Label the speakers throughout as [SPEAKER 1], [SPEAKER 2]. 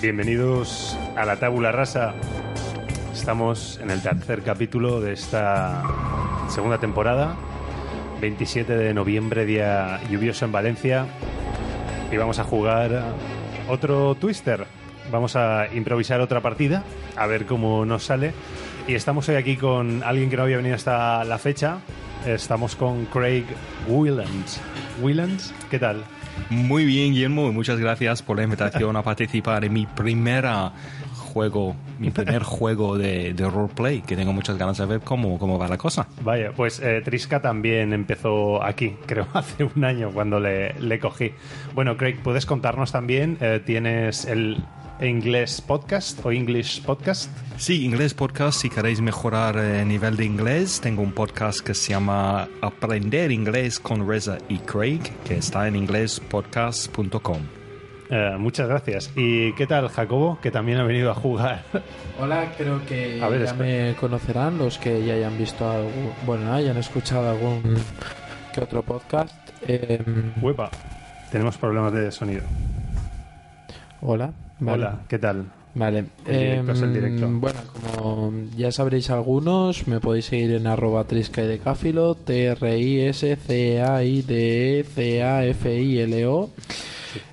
[SPEAKER 1] Bienvenidos a la Tábula Rasa. Estamos en el tercer capítulo de esta segunda temporada. 27 de noviembre, día lluvioso en Valencia. Y vamos a jugar otro twister. Vamos a improvisar otra partida, a ver cómo nos sale. Y estamos hoy aquí con alguien que no había venido hasta la fecha. Estamos con Craig Willands. Willands, ¿qué tal?
[SPEAKER 2] Muy bien, Guillermo, y muchas gracias por la invitación a participar en mi primera juego, mi primer juego de, de roleplay, que tengo muchas ganas de ver cómo, cómo va la cosa.
[SPEAKER 1] Vaya, pues eh, Trisca también empezó aquí, creo, hace un año cuando le, le cogí. Bueno, Craig, ¿puedes contarnos también? eh, ¿Tienes el inglés podcast o English podcast?
[SPEAKER 2] Sí, Inglés Podcast, si queréis mejorar el nivel de inglés, tengo un podcast que se llama Aprender Inglés con Reza y Craig, que está en inglespodcast.com.
[SPEAKER 1] Eh, muchas gracias. ¿Y qué tal, Jacobo? Que también ha venido a jugar.
[SPEAKER 3] Hola, creo que
[SPEAKER 1] A ver,
[SPEAKER 3] ya
[SPEAKER 1] espera.
[SPEAKER 3] me conocerán los que ya hayan visto algún, bueno, hayan escuchado algún que otro podcast. Eh,
[SPEAKER 1] Huepa, tenemos problemas de sonido.
[SPEAKER 3] hola. Vale.
[SPEAKER 1] Hola, ¿qué tal?
[SPEAKER 3] Vale.
[SPEAKER 1] El directo es el
[SPEAKER 3] Eh,
[SPEAKER 1] directo.
[SPEAKER 3] Bueno, como ya sabréis algunos, me podéis seguir en arroba trisca y de cáfilo, t r i s c a i d e c a f i l o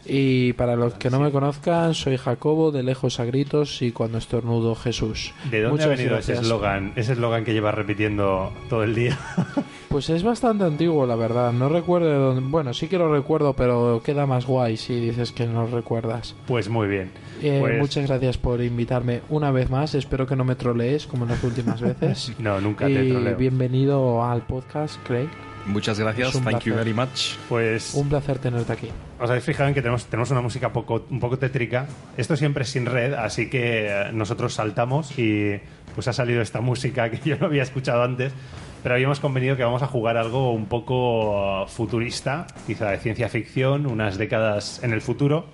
[SPEAKER 3] y para los que no me conozcan, soy Jacobo, de lejos a gritos y cuando estornudo Jesús.
[SPEAKER 1] ¿De dónde
[SPEAKER 3] Muchas
[SPEAKER 1] ha venido ese
[SPEAKER 3] gracias.
[SPEAKER 1] eslogan? Ese eslogan que llevas repitiendo todo el día.
[SPEAKER 3] Pues es bastante antiguo, la verdad. No recuerdo de dónde- Bueno, sí que lo recuerdo, pero queda más guay si dices que no recuerdas.
[SPEAKER 1] pues muy bien.
[SPEAKER 3] Eh,
[SPEAKER 1] Pues-
[SPEAKER 3] Muchas gracias por invitarme una vez más. Espero que no me trolees como las últimas veces.
[SPEAKER 1] No, nunca te
[SPEAKER 3] y
[SPEAKER 1] troleo.
[SPEAKER 3] bienvenido al podcast, Craig.
[SPEAKER 2] Muchas
[SPEAKER 3] Es
[SPEAKER 2] gracias,
[SPEAKER 3] un
[SPEAKER 2] thank you very
[SPEAKER 3] placer.
[SPEAKER 2] much.
[SPEAKER 1] Pues
[SPEAKER 3] Un placer tenerte aquí.
[SPEAKER 1] Os habéis fijado en que tenemos, tenemos una música poco, un poco tétrica. Esto siempre es sin red, así que eh, nosotros saltamos y pues ha salido esta música que yo no había escuchado antes. Pero habíamos convenido que vamos a jugar algo un poco eh, futurista, quizá de ciencia ficción, unas décadas en el futuro.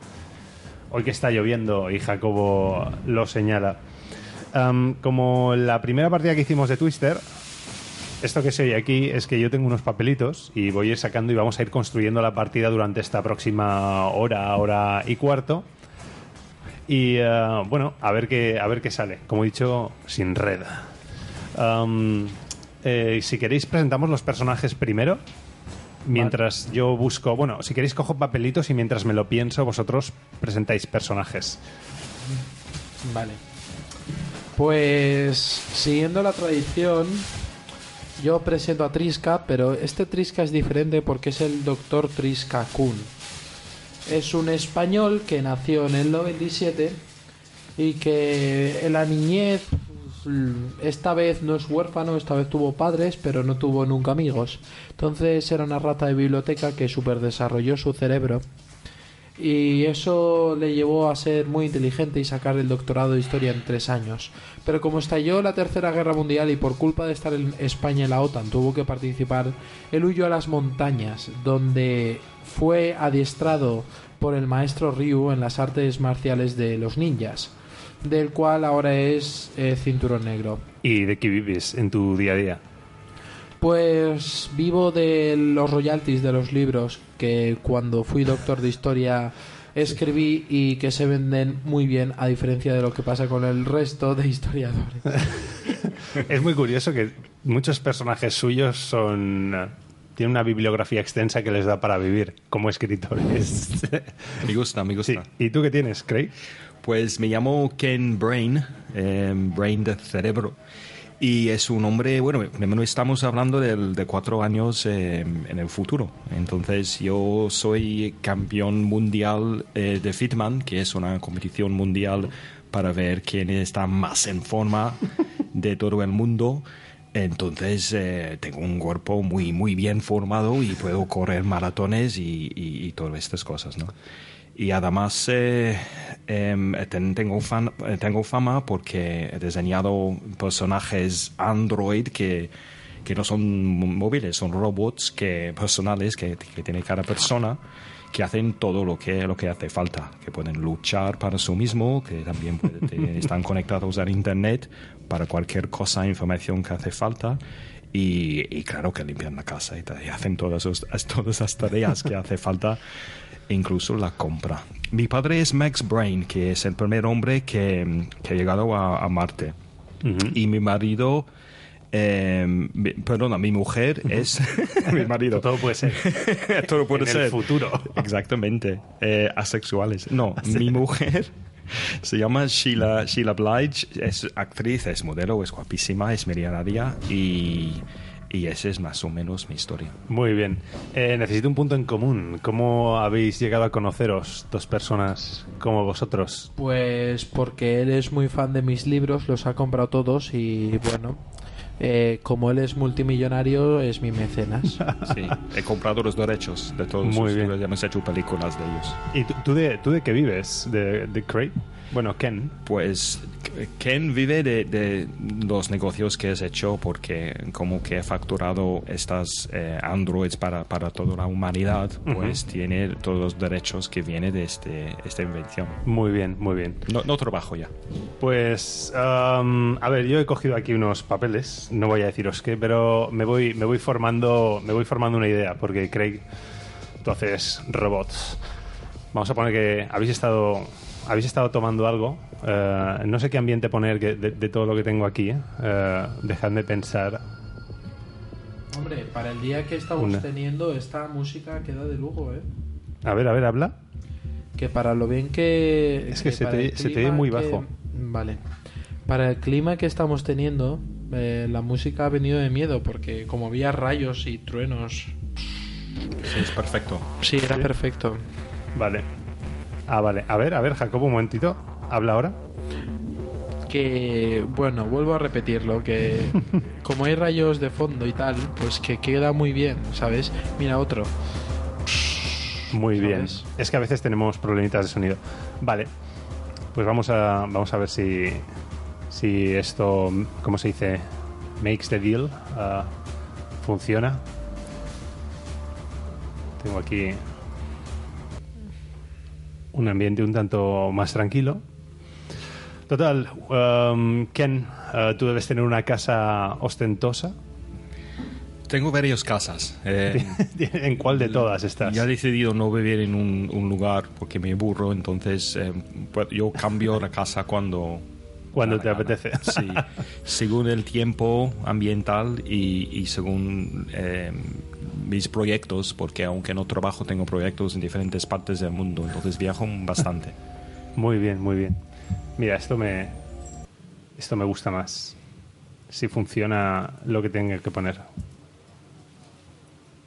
[SPEAKER 1] Hoy que está lloviendo y Jacobo lo señala. Am, como la primera partida que hicimos de Twister, esto que se oye aquí es que yo tengo unos papelitos y voy a ir sacando y vamos a ir construyendo la partida durante esta próxima hora, hora y cuarto. Y eh, bueno, a ver, qué, a ver qué sale. Como he dicho, sin red. Am, eh, si queréis, presentamos los personajes primero. Mientras yo busco. Bueno, si queréis, cojo papelitos y mientras me lo pienso, vosotros presentáis personajes.
[SPEAKER 3] Vale. Pues siguiendo la tradición, yo presento a Triska, pero este Triska es diferente porque es el doctor Triska Kun. Es un español que nació en el 97 y que en la niñez mm, esta vez no es huérfano, esta vez tuvo padres, pero no tuvo nunca amigos. Entonces era una rata de biblioteca que superdesarrolló su cerebro. Y eso le llevó a ser muy inteligente y sacar el doctorado de historia en tres años. Pero como estalló la Tercera Guerra Mundial y por culpa de estar en España y la OTAN tuvo que participar, él huyó a las montañas, donde fue adiestrado por el maestro Ryu en las artes marciales de los ninjas, del cual ahora es eh, cinturón negro.
[SPEAKER 1] ¿Y de qué vivís en tu día a día?
[SPEAKER 3] Pues vivo de los royalties de los libros que cuando fui doctor de historia escribí y que se venden muy bien a diferencia de lo que pasa con el resto de historiadores.
[SPEAKER 1] Es muy curioso que muchos personajes suyos son eh, tienen una bibliografía extensa que les da para vivir como escritores.
[SPEAKER 2] Me gusta, me gusta.
[SPEAKER 1] Sí. ¿Y tú qué tienes, Craig?
[SPEAKER 2] Pues me llamo Ken Brain, eh, Brain de em, cerebro. Y es un hombre, bueno, primero estamos hablando del- de cuatro años eh, en el futuro. Entonces yo soy campeón mundial eh, de Fitman, que es una competición mundial para ver quién está más en forma de todo el mundo. Entonces eh, tengo un cuerpo muy, muy bien formado y puedo correr maratones y, y- y todas estas cosas, ¿no? Y además eh, em, ten- tengo, fan- eh, tengo fama porque he diseñado personajes Android que, que no son móviles, son robots que, personales que, que tiene cada persona que hacen todo lo que, lo que hace falta, que pueden luchar para sí mismo, que también puede- te- están conectados al Internet para cualquier cosa, información que hace falta. Y, y claro que limpian la casa y, tal, y hacen todas, os- todas las tareas que hace falta incluso la compra. Mi padre es Max Brain, que es el primer hombre que, que ha llegado a, a Marte. Y mi marido, eh, mi- perdona, mi mujer es mi marido.
[SPEAKER 1] Todo puede ser.
[SPEAKER 2] Todo puede
[SPEAKER 1] en el
[SPEAKER 2] ser.
[SPEAKER 1] futuro.
[SPEAKER 2] Exactamente. Eh, asexuales. No, mi mujer se llama Sheila, Sheila Blige. Es actriz, es modelo, es guapísima, es millonaria y, y esa es más o menos mi historia.
[SPEAKER 1] Muy bien. Eh, necesito un punto en común. ¿Cómo habéis llegado a conoceros dos personas como vosotros?
[SPEAKER 3] Pues porque él es muy fan de mis libros, los ha comprado todos y bueno, eh, como él es multimillonario, es mi mecenas.
[SPEAKER 2] Sí, he comprado los derechos de todos
[SPEAKER 1] Muy
[SPEAKER 2] sus
[SPEAKER 1] bien.
[SPEAKER 2] libros, ya hemos hecho películas de ellos.
[SPEAKER 1] ¿Y tú, tú de, tú de qué vives? ¿De, de Craig? Bueno, Ken.
[SPEAKER 2] Pues Ken vive de, de los negocios que has hecho porque como que ha facturado estas eh, androids para, para toda la humanidad, pues tiene todos los derechos que viene de este, esta invención.
[SPEAKER 1] Muy bien, muy bien.
[SPEAKER 2] No, no trabajo ya.
[SPEAKER 1] Pues, am, a ver, yo he cogido aquí unos papeles, no voy a deciros qué, pero me voy, me voy formando, me voy formando una idea, porque Craig, tú haces robots. Vamos a poner que habéis estado, habéis estado tomando algo. eh, no sé qué ambiente poner que- de, de todo lo que tengo aquí. eh. Eh, dejadme pensar.
[SPEAKER 3] Hombre, para el día que estamos
[SPEAKER 1] Una.
[SPEAKER 3] teniendo, esta música queda de lujo, ¿eh?
[SPEAKER 1] A ver, a ver, habla.
[SPEAKER 3] Que para lo bien que... eh,
[SPEAKER 1] Es que se
[SPEAKER 3] para
[SPEAKER 1] te-
[SPEAKER 3] el
[SPEAKER 1] se te
[SPEAKER 3] clima
[SPEAKER 1] oye muy
[SPEAKER 3] que-
[SPEAKER 1] bajo.
[SPEAKER 3] Vale. Para el clima que estamos teniendo, eh, la música ha venido de miedo, porque como había rayos y truenos...
[SPEAKER 2] Sí, es perfecto.
[SPEAKER 3] Sí, era perfecto.
[SPEAKER 1] Vale. Ah, vale. A ver, a ver, Jacobo, un momentito. Habla ahora.
[SPEAKER 3] Que, bueno, vuelvo a repetirlo, que como hay rayos de fondo y tal, pues que queda muy bien, ¿sabes? Mira otro.
[SPEAKER 1] Muy bien.
[SPEAKER 3] ¿Sabes?
[SPEAKER 1] Es que a veces tenemos problemitas de sonido. Vale. Pues vamos a, vamos a ver si, si esto, ¿cómo se dice? Makes the deal. ah, funciona. Tengo aquí un ambiente un tanto más tranquilo. Total, um, Ken, ah, tú debes tener una casa ostentosa.
[SPEAKER 2] Tengo varias casas. eh,
[SPEAKER 1] ¿En cuál de todas estás?
[SPEAKER 2] Ya he decidido no vivir en un, un lugar porque me burro, entonces eh, pues, yo cambio la casa cuando...
[SPEAKER 1] Cuando
[SPEAKER 2] me
[SPEAKER 1] te
[SPEAKER 2] da la gana.
[SPEAKER 1] apetece.
[SPEAKER 2] Sí, según el tiempo ambiental y, y según eh, mis proyectos, porque aunque no trabajo, tengo proyectos en diferentes partes del mundo, entonces viajo bastante.
[SPEAKER 1] Muy bien, muy bien. Mira, esto me. Esto me gusta más. Si funciona lo que tenga que poner.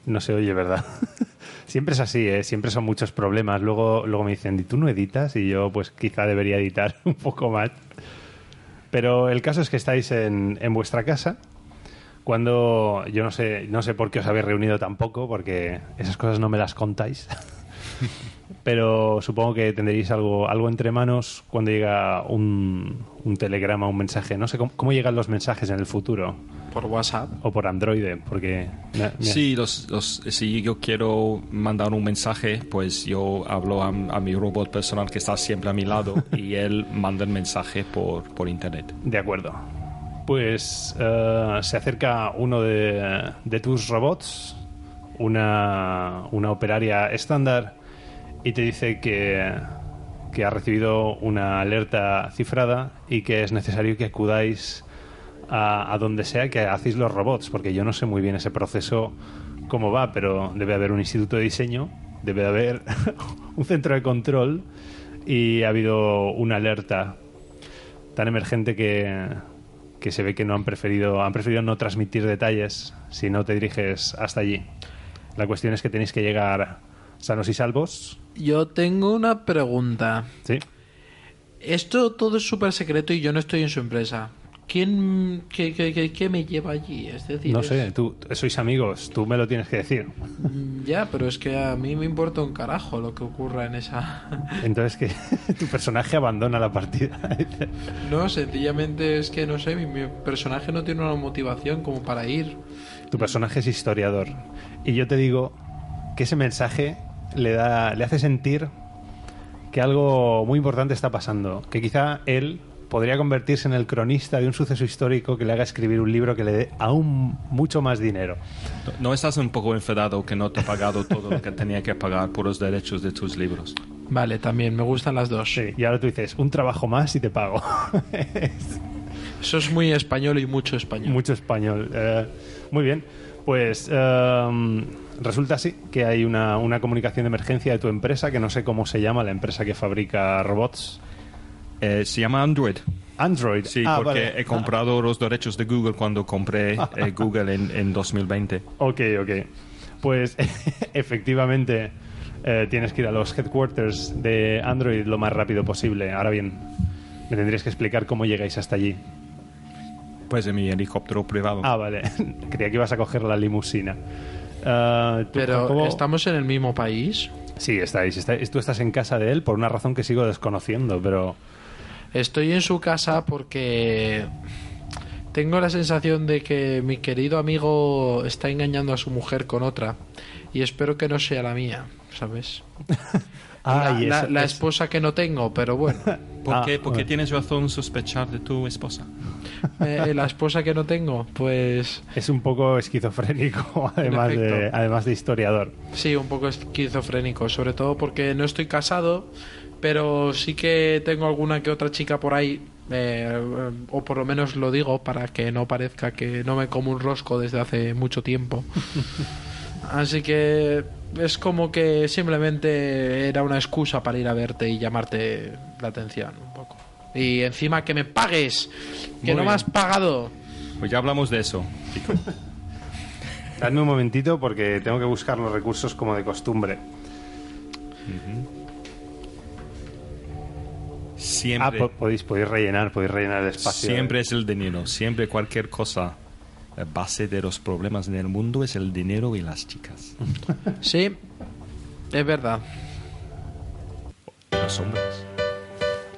[SPEAKER 1] No se oye, ¿verdad? Siempre es así, ¿eh? Siempre son muchos problemas. Luego, luego me dicen, ¿y tú no editas? Y yo, pues quizá debería editar un poco más. Pero el caso es que estáis en, en vuestra casa. Cuando yo no sé, no sé por qué os habéis reunido tampoco, porque esas cosas no me las contáis pero supongo que tendréis algo, algo entre manos cuando llega un, un telegrama, un mensaje. No sé cómo, cómo llegan los mensajes en el futuro.
[SPEAKER 3] Por WhatsApp.
[SPEAKER 1] O por Android, porque... mira, mira.
[SPEAKER 2] Sí, los, los- si yo quiero mandar un mensaje, pues yo hablo a, a mi robot personal que está siempre a mi lado y él manda el mensaje por, por internet.
[SPEAKER 1] De acuerdo. Pues eh, se acerca uno de, de tus robots, una, una operaria estándar, y te dice que, que ha recibido una alerta cifrada y que es necesario que acudáis a, a donde sea que hacéis los robots, porque yo no sé muy bien ese proceso cómo va, pero debe haber un instituto de diseño, debe haber un centro de control y ha habido una alerta tan emergente que, que se ve que no han preferido, han preferido no transmitir detalles si no te diriges hasta allí. La cuestión es que tenéis que llegar sanos y salvos.
[SPEAKER 3] Yo tengo una pregunta.
[SPEAKER 1] Sí.
[SPEAKER 3] Esto todo es súper secreto y yo no estoy en su empresa. ¿Quién qué, qué- qué- qué me lleva allí? Es decir,
[SPEAKER 1] No
[SPEAKER 3] es-
[SPEAKER 1] sé, tú sois amigos, tú me lo tienes que decir.
[SPEAKER 3] Mm, Ya, pero es que a mí me importa un carajo lo que ocurra en esa...
[SPEAKER 1] Entonces que tu personaje abandona la partida.
[SPEAKER 3] No, sencillamente es que, no sé, mi, mi personaje no tiene una motivación como para ir.
[SPEAKER 1] tu personaje es historiador. Y yo te digo que ese mensaje le da le hace sentir que algo muy importante está pasando, que quizá él podría convertirse en el cronista de un suceso histórico que le haga escribir un libro que le dé aún mucho más dinero.
[SPEAKER 2] ¿No- ¿No estás un poco enfadado que no te ha pagado todo lo que tenía que pagar por los derechos de tus libros?
[SPEAKER 3] Vale, también, me gustan las dos.
[SPEAKER 1] Sí, y ahora tú dices, un trabajo más y te pago.
[SPEAKER 3] Eso es muy español y mucho español.
[SPEAKER 1] Mucho español. Eh, muy bien. Pues em, resulta así que hay una, una comunicación de emergencia de tu empresa, que no sé cómo se llama, la empresa que fabrica robots.
[SPEAKER 2] Eh, se llama Android.
[SPEAKER 1] Android.
[SPEAKER 2] Sí,
[SPEAKER 1] Ah,
[SPEAKER 2] porque
[SPEAKER 1] vale.
[SPEAKER 2] he comprado los derechos de Google cuando compré eh, Google en, en 2020.
[SPEAKER 1] Ok, ok. Pues efectivamente eh, tienes que ir a los headquarters de Android lo más rápido posible. Ahora bien, me tendrías que explicar cómo llegáis hasta allí.
[SPEAKER 2] Pues en mi helicóptero privado.
[SPEAKER 1] Ah, vale. Creía que ibas a coger la limusina. Ah, ¿tú,
[SPEAKER 3] Pero
[SPEAKER 1] Jacobo?
[SPEAKER 3] estamos en el mismo país.
[SPEAKER 1] Sí, estáis, estáis- Tú estás en casa de él por una razón que sigo desconociendo, pero...
[SPEAKER 3] Estoy en su casa porque tengo la sensación de que mi querido amigo está engañando a su mujer con otra y espero que no sea la mía, ¿sabes?
[SPEAKER 1] Ah,
[SPEAKER 3] la,
[SPEAKER 1] y
[SPEAKER 3] la-
[SPEAKER 1] eso-
[SPEAKER 3] la
[SPEAKER 1] es-
[SPEAKER 3] esposa que no tengo, pero bueno,
[SPEAKER 2] ¿Por
[SPEAKER 1] Ah,
[SPEAKER 2] qué, por qué
[SPEAKER 1] bueno.
[SPEAKER 2] tienes razón sospechar de tu esposa?
[SPEAKER 3] eh, la esposa que no tengo, pues
[SPEAKER 1] es un poco esquizofrénico, además de,
[SPEAKER 3] efecto.
[SPEAKER 1] además de historiador.
[SPEAKER 3] sí, un poco esquizofrénico, sobre todo porque no estoy casado, pero sí que tengo alguna que otra chica por ahí. eh, o por lo menos lo digo para que no parezca que no me como un rosco desde hace mucho tiempo. Así que es como que simplemente era una excusa para ir a verte y llamarte la atención un poco. Y encima que me pagues, que
[SPEAKER 2] Muy
[SPEAKER 3] no
[SPEAKER 2] bien.
[SPEAKER 3] me has pagado.
[SPEAKER 2] Pues ya hablamos de eso. chico.
[SPEAKER 1] Dadme un momentito porque tengo que buscar los recursos como de costumbre. Ah,
[SPEAKER 2] Siempre,
[SPEAKER 1] po- podéis, podéis rellenar, podéis rellenar el espacio. eh.
[SPEAKER 2] siempre es el dinero. Siempre cualquier cosa. La base de los problemas en el mundo es el dinero y las chicas.
[SPEAKER 3] Sí, es verdad.
[SPEAKER 2] Los hombres.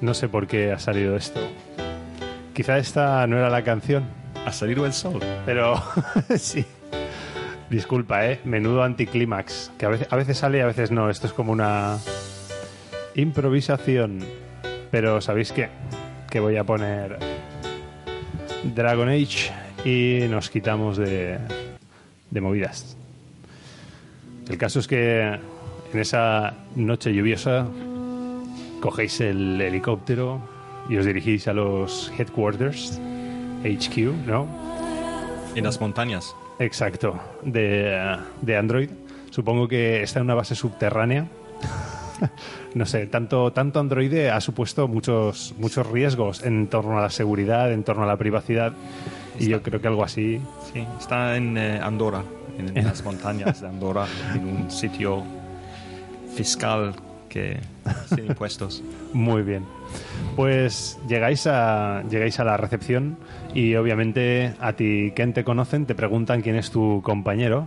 [SPEAKER 1] No sé por qué ha salido esto. Quizá esta no era la canción,
[SPEAKER 2] Ha salido el sol.
[SPEAKER 1] pero sí. Disculpa, ¿eh? Menudo anticlímax. Que a veces, a veces sale y a veces no. Esto es como una improvisación. Pero ¿sabéis qué? Que voy a poner Dragon Age y nos quitamos de, de movidas. El caso es que en esa noche lluviosa cogéis el helicóptero y os dirigís a los headquarters, HQ, ¿no?
[SPEAKER 2] En las montañas.
[SPEAKER 1] Exacto, de, de Android. Supongo que está en una base subterránea. no sé, tanto, tanto Android ha supuesto muchos, muchos riesgos en torno a la seguridad, en torno a la privacidad. Y yo creo que algo así.
[SPEAKER 2] Sí, está en eh, Andorra, en, en las montañas de Andorra, en un sitio fiscal que sin impuestos.
[SPEAKER 1] Muy bien. Pues llegáis a, llegáis a la recepción y obviamente a ti, quien te conocen, te preguntan quién es tu compañero.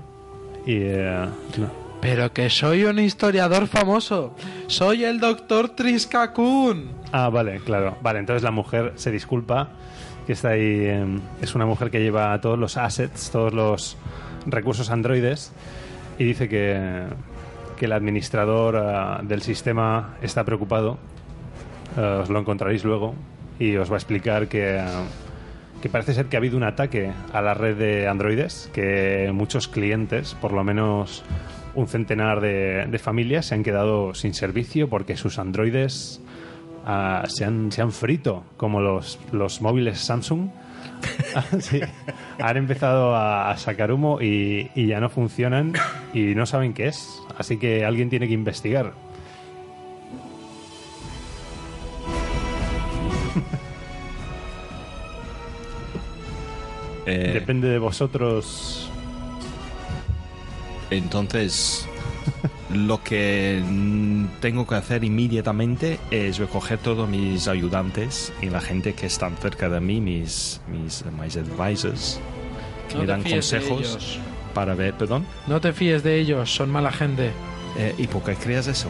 [SPEAKER 1] Y. eh, no.
[SPEAKER 3] Pero que soy un historiador famoso. Soy el doctor Triskakun.
[SPEAKER 1] Ah, vale, claro. Vale, entonces la mujer se disculpa que está ahí. eh, es una mujer que lleva todos los assets, todos los recursos androides y dice que, que el administrador ah, del sistema está preocupado. Eh, os lo encontraréis luego y os va a explicar que, ah, que parece ser que ha habido un ataque a la red de androides, que muchos clientes, por lo menos un centenar de, de familias, se han quedado sin servicio porque sus androides ah, se, han, se han frito, como los, los móviles Samsung. Ah, Sí. Han empezado a, a sacar humo y, y ya no funcionan y no saben qué es. Así que alguien tiene que investigar.
[SPEAKER 2] Eh,
[SPEAKER 1] Depende de vosotros.
[SPEAKER 2] Entonces, lo que mm, tengo que hacer inmediatamente es recoger todos mis ayudantes y la gente que están cerca de mí, mis, mis, mis advisors, que
[SPEAKER 3] No
[SPEAKER 2] me
[SPEAKER 3] te
[SPEAKER 2] dan
[SPEAKER 3] fíes de
[SPEAKER 2] consejos
[SPEAKER 3] ellos.
[SPEAKER 2] para ver, perdón,
[SPEAKER 3] No te fíes de ellos, son mala gente.
[SPEAKER 2] eh, ¿y por qué creas eso?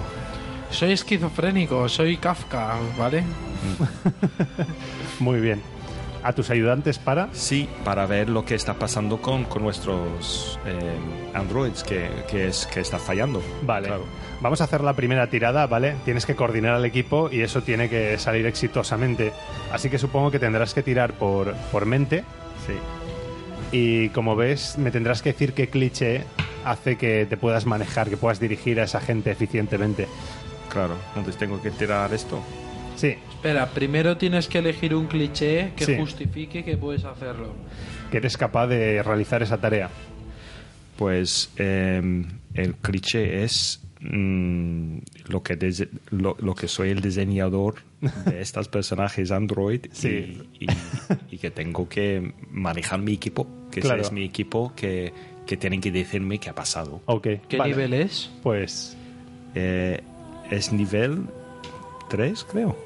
[SPEAKER 3] Soy esquizofrénico, soy Kafka, ¿vale?
[SPEAKER 1] Muy bien. A tus ayudantes para.
[SPEAKER 2] Sí, para ver lo que está pasando con, con nuestros eh, androids, que, que es, que está fallando.
[SPEAKER 1] Vale.
[SPEAKER 2] Claro.
[SPEAKER 1] Vamos a hacer la primera tirada, ¿vale? Tienes que coordinar al equipo y eso tiene que salir exitosamente. Así que supongo que tendrás que tirar por, por mente.
[SPEAKER 2] Sí.
[SPEAKER 1] Y como ves, me tendrás que decir qué cliché hace que te puedas manejar, que puedas dirigir a esa gente eficientemente.
[SPEAKER 2] Claro, entonces tengo que tirar esto.
[SPEAKER 1] Sí,
[SPEAKER 3] Espera, primero tienes que elegir un cliché que
[SPEAKER 1] Sí.
[SPEAKER 3] justifique que puedes hacerlo.
[SPEAKER 1] que eres capaz de realizar esa tarea.
[SPEAKER 2] Pues eh, el cliché es mm, lo, que dise- lo, lo que soy el diseñador de estos personajes Android y-
[SPEAKER 1] Sí.
[SPEAKER 2] y, y que tengo que manejar mi equipo, que ese
[SPEAKER 1] Claro.
[SPEAKER 2] es mi equipo que, que tienen que decirme qué ha pasado.
[SPEAKER 1] Ok.
[SPEAKER 3] ¿Qué
[SPEAKER 1] vale.
[SPEAKER 3] nivel es?
[SPEAKER 1] Pues
[SPEAKER 2] Eh, es nivel 3, creo.